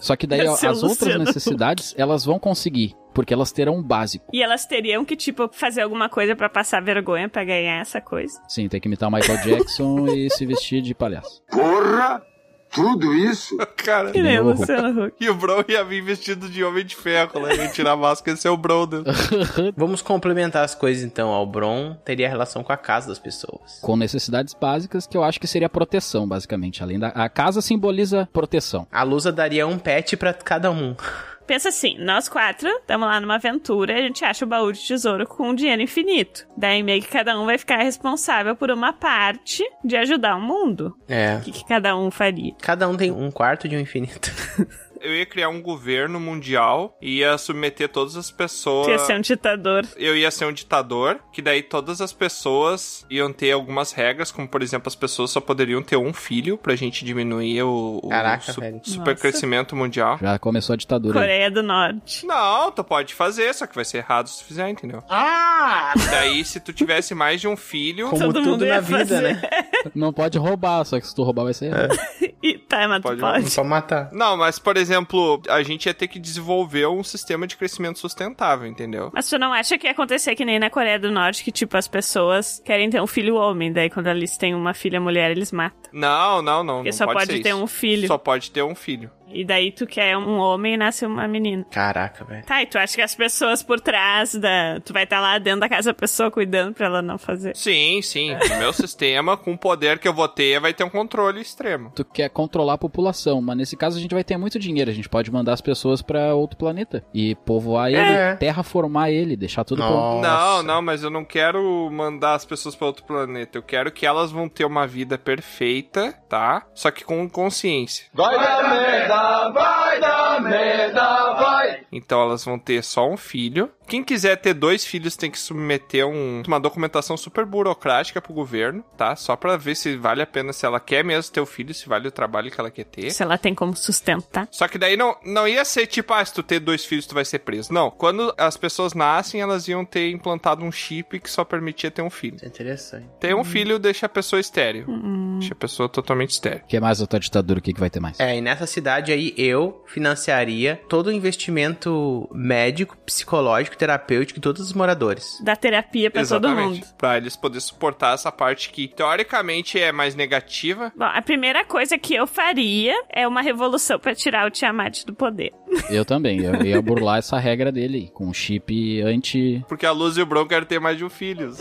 Só que daí Ia ó, ser as o outras Luciano necessidades elas vão conseguir, porque elas terão um básico. E elas teriam que, tipo, fazer alguma coisa pra passar vergonha pra ganhar essa coisa. Sim, tem que imitar o Michael Jackson e se vestir de palhaço. Porra! Tudo isso? Cara, Que nem o Luciano Huck. E o Bron ia vir vestido de homem de ferro, né? Ia tirar a máscara e ser o Bron. né? Vamos complementar as coisas então. Ó, O Bron teria relação com a casa das pessoas. Com necessidades básicas, que eu acho que seria proteção, basicamente. Além da. A casa simboliza proteção. A Lusa daria um pet pra cada um. Pensa assim, nós quatro estamos lá numa aventura e a gente acha o baú de tesouro com um dinheiro infinito. Daí meio que cada um vai ficar responsável por uma parte de ajudar o mundo. É. O que, que cada um faria? Cada um tem um quarto de um infinito. Eu ia criar um governo mundial e ia submeter todas as pessoas. Tu ia ser um ditador. Eu ia ser um ditador, que daí todas as pessoas iam ter algumas regras, como por exemplo, as pessoas só poderiam ter um filho pra gente diminuir o, o Caraca, su- velho. supercrescimento mundial. Já começou a ditadura. aí. Coreia do Norte. Não, tu pode fazer, só que vai ser errado se tu fizer, entendeu? Ah! Daí, se tu tivesse mais de um filho. Como Todo tudo mundo ia na vida, fazer. né? Não pode roubar, só que se tu roubar vai ser. É. errado. E tá, mas tu pode. Só matar. Não, mas, por exemplo, a gente ia ter que desenvolver um sistema de crescimento sustentável, entendeu? Mas tu não acha que ia acontecer que nem na Coreia do Norte, que tipo, as pessoas querem ter um filho homem, daí quando eles têm uma filha mulher, eles matam. Não, não, não. Porque não só pode ser ter isso. um filho. Só pode ter um filho. E daí tu quer um homem e nasce uma menina. Caraca, velho. Tá, e tu acha que as pessoas por trás da. Tu vai estar lá dentro da casa da pessoa cuidando pra ela não fazer. Sim, sim. É. O meu sistema, com o poder que eu vou ter, vai ter um controle extremo. Tu quer controlar a população, mas nesse caso a gente vai ter muito dinheiro. A gente pode mandar as pessoas pra outro planeta e povoar ele, É. terraformar ele, deixar tudo pronto. Não, não, mas eu não quero mandar as pessoas pra outro planeta. Eu quero que elas vão ter uma vida perfeita, tá? Só que com consciência. Vai dar merda, vai dar merda, vai. Então elas vão ter só um filho. Quem quiser ter dois filhos tem que submeter um- uma documentação super burocrática pro governo, tá? Só pra ver se vale a pena, se ela quer mesmo ter o filho, se vale o trabalho que ela quer ter. Se ela tem como sustentar. Só que daí não, não ia ser tipo, ah, se tu ter dois filhos, tu vai ser preso. Não. Quando as pessoas nascem, elas iam ter implantado um chip que só permitia ter um filho. É interessante. Ter um filho deixa a pessoa estéreo. Hum. Deixa a pessoa totalmente estéreo. O que mais da tua ditadura? O que, que vai ter mais? É, e nessa cidade aí eu financiaria todo o investimento médico, psicológico, terapêutico de todos os moradores. Dá terapia pra todo mundo. Exatamente. Pra eles poderem suportar essa parte que teoricamente é mais negativa. Bom, a primeira coisa que eu faria é uma revolução pra tirar o Tiamat do poder. Eu também. Eu ia burlar essa regra dele com um chip anti. Porque a Luz e o Bron querem ter mais de um filho.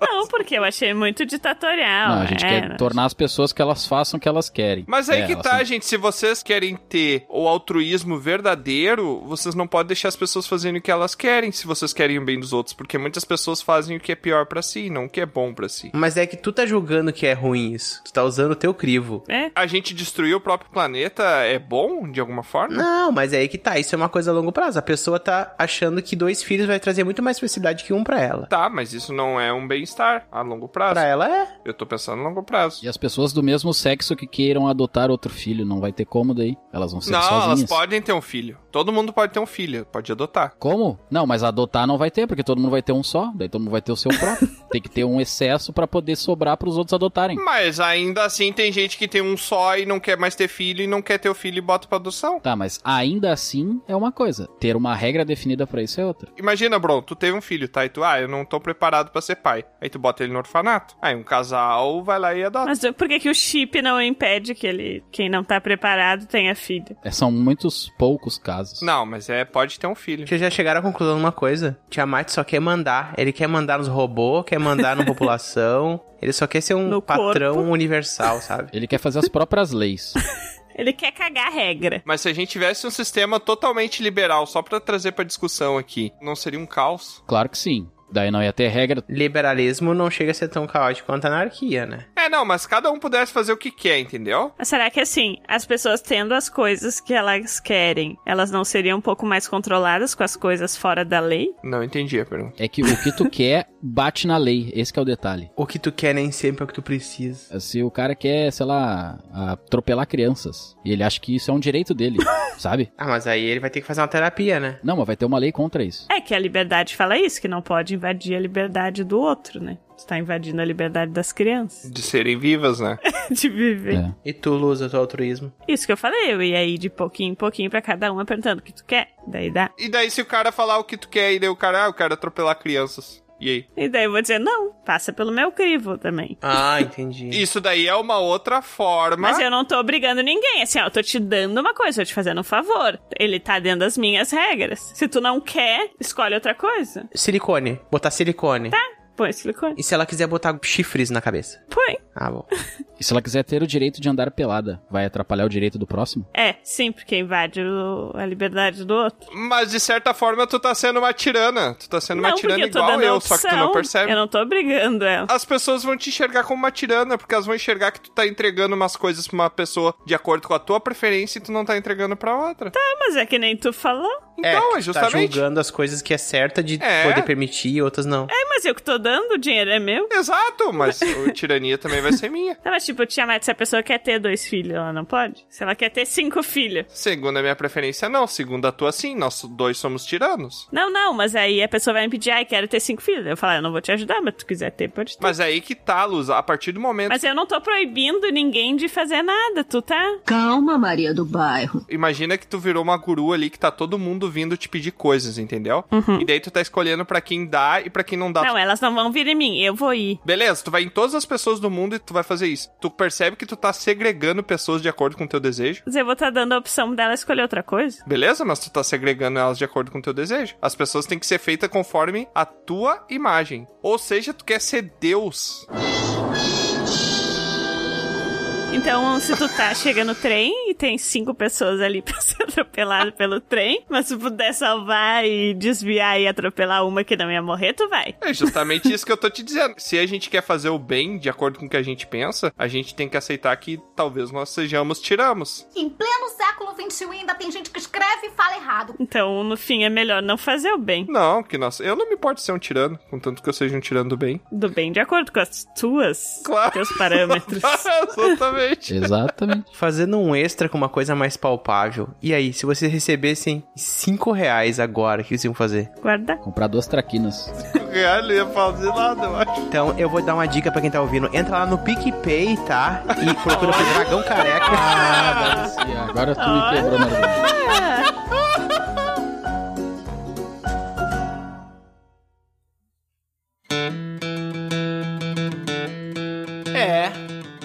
Não, porque eu achei muito ditatorial. Não, a gente é, quer tornar as pessoas que elas façam o que elas querem. Mas aí É, que elas tá, têm- gente. Se vocês querem ter o altruísmo verdadeiro, vocês não podem deixar as pessoas fazendo o que elas querem se vocês querem o bem dos outros. Porque muitas pessoas fazem o que é pior pra si, não o que é bom pra si. Mas é que tu tá julgando que é ruim isso. Tu tá usando o teu crivo. né? É, A gente destruir o próprio planeta é bom, de alguma forma? Não, mas é aí que tá. Isso é uma coisa a longo prazo. A pessoa tá achando que dois filhos vai trazer muito mais felicidade que um pra ela. Tá, mas isso não é um bem-estar a longo prazo. Pra ela é. Eu tô pensando a longo prazo. E as pessoas do mesmo sexo que queiram adotar outro filho, não vai ter como daí? Elas vão ser Não, sozinhas. elas podem ter um filho. Todo mundo pode ter um filho, pode adotar. Como? Não, mas adotar não vai ter, porque todo mundo vai ter um só, daí todo mundo vai ter o seu próprio. tem que ter um excesso pra poder sobrar pros outros adotarem. Mas ainda assim tem gente que tem um só e não quer mais ter filho e não quer ter o filho e bota pra adoção. Tá, mas ainda assim é uma coisa. Ter uma regra definida pra isso é outra. Imagina, Bron, tu teve um filho, tá? E tu, ah, eu não tô preparado pra ser pai. Aí tu bota ele no orfanato. Aí um casal vai lá e adota. Mas por que, que o chip não impede que ele, quem não tá preparado tenha filho? É, são muitos poucos casos. Não, mas é, pode ter um filho. Vocês já chegaram à conclusão de uma coisa? Tiamat só quer mandar. Ele quer mandar nos robôs, quer mandar na população. Ele só quer ser um No patrão corpo. universal, sabe? Ele quer fazer as próprias leis. Ele quer cagar a regra. Mas se a gente tivesse um sistema totalmente liberal, só pra trazer pra discussão aqui, não seria um caos? Claro que sim. Daí não ia ter regra. Liberalismo não chega a ser tão caótico quanto a anarquia, né? É, não, mas cada um pudesse fazer o que quer, entendeu? Mas será que assim, as pessoas tendo as coisas que elas querem, elas não seriam um pouco mais controladas com as coisas fora da lei? Não entendi a pergunta. É que o que tu quer bate na lei. Esse que é o detalhe. O que tu quer nem sempre é o que tu precisa. Se o cara quer, sei lá, atropelar crianças, e ele acha que isso é um direito dele, sabe? Ah, mas aí ele vai ter que fazer uma terapia, né? Não, mas vai ter uma lei contra isso. É que a liberdade fala isso, que não pode invadir a liberdade do outro, né? Você tá invadindo a liberdade das crianças De serem vivas, né? de viver. É. E tu, Luz, o teu altruísmo? Isso que eu falei, eu ia aí de pouquinho em pouquinho pra cada uma perguntando o que tu quer. Daí dá. E daí se o cara falar o que tu quer e daí o cara, ah, eu quero atropelar crianças. E aí? E daí eu vou dizer, não, passa pelo meu crivo também. Ah, entendi. Isso daí é uma outra forma. Mas é- eu não tô obrigando ninguém, assim, ó, eu tô te dando uma coisa, eu tô te fazendo um favor. Ele tá dentro das minhas regras. Se tu não quer, escolhe outra coisa. Silicone. Botar silicone. Tá, põe silicone. E se ela quiser botar chifres na cabeça? Põe. Ah, bom. E se ela quiser ter o direito de andar pelada, vai atrapalhar o direito do próximo? É, sim, porque invade o- a liberdade do outro. Mas de certa forma tu tá sendo uma tirana. Tu tá sendo uma não, tirana porque eu tô igual dando eu, a só que tu opção, não percebe. Eu não tô obrigando ela. As pessoas vão te enxergar como uma tirana, porque elas vão enxergar que tu tá entregando umas coisas pra uma pessoa de acordo com a tua preferência e tu não tá entregando pra outra. Tá, mas é que nem tu falou. Então, é, que tu Tá justamente. julgando as coisas que é certa de É. poder permitir e outras não. É, mas eu que tô dando, o dinheiro é meu. Exato, mas a tirania também vai ser minha. Não, mas tipo, eu tinha mais, se a pessoa quer ter dois filhos, ela não pode? Se ela quer ter cinco filhos. Segundo a minha preferência, não. Segundo a tua, sim. Nós dois somos tiranos. Não, não, mas aí a pessoa vai me pedir, ai, quero ter cinco filhos. Eu falo, "Ah, eu não vou te ajudar, mas tu quiser ter, pode ter. Mas aí que tá, Luz. A partir do momento. Mas eu não tô proibindo ninguém de fazer nada, tu tá? Calma, Maria do Bairro. Imagina que tu virou uma guru ali que tá todo mundo vindo te pedir coisas, entendeu? E daí tu tá escolhendo pra quem dá e pra quem não dá. Não, elas não vão vir em mim, eu vou ir. Beleza, tu vai em todas as pessoas do mundo e tu vai fazer isso. Tu percebe que tu tá segregando pessoas de acordo com o teu desejo. Mas eu vou tá dando a opção dela escolher outra coisa. Beleza, mas tu tá segregando elas de acordo com o teu desejo. As pessoas têm que ser feitas conforme a tua imagem. Ou seja, tu quer ser Deus. Então, se tu tá chegando no trem e tem cinco pessoas ali pra ser atropelado pelo trem, mas se puder salvar e desviar e atropelar uma que não ia morrer, tu vai. É justamente isso que eu tô te dizendo. Se a gente quer fazer o bem de acordo com o que a gente pensa, a gente tem que aceitar que talvez nós sejamos tiramos. Em pleno século XXI ainda tem gente que escreve e fala errado. Então, no fim, é melhor não fazer o bem. Não, que nossa, eu não me importo ser um tirano, contanto que eu seja um tirano do bem. Do bem, de acordo com as tuas, teus parâmetros. Exatamente. Exatamente. Fazendo um extra com uma coisa mais palpável. E aí, se vocês recebessem 5 reais agora, o que vocês iam fazer? Guarda. Comprar duas traquinas. Real, não ia fazer nada, eu acho. Então, eu vou dar uma dica pra quem tá ouvindo. Entra lá no PicPay, tá? E procura por Dragão Careca. Ah. Agora tu me quebrou, Maria. É,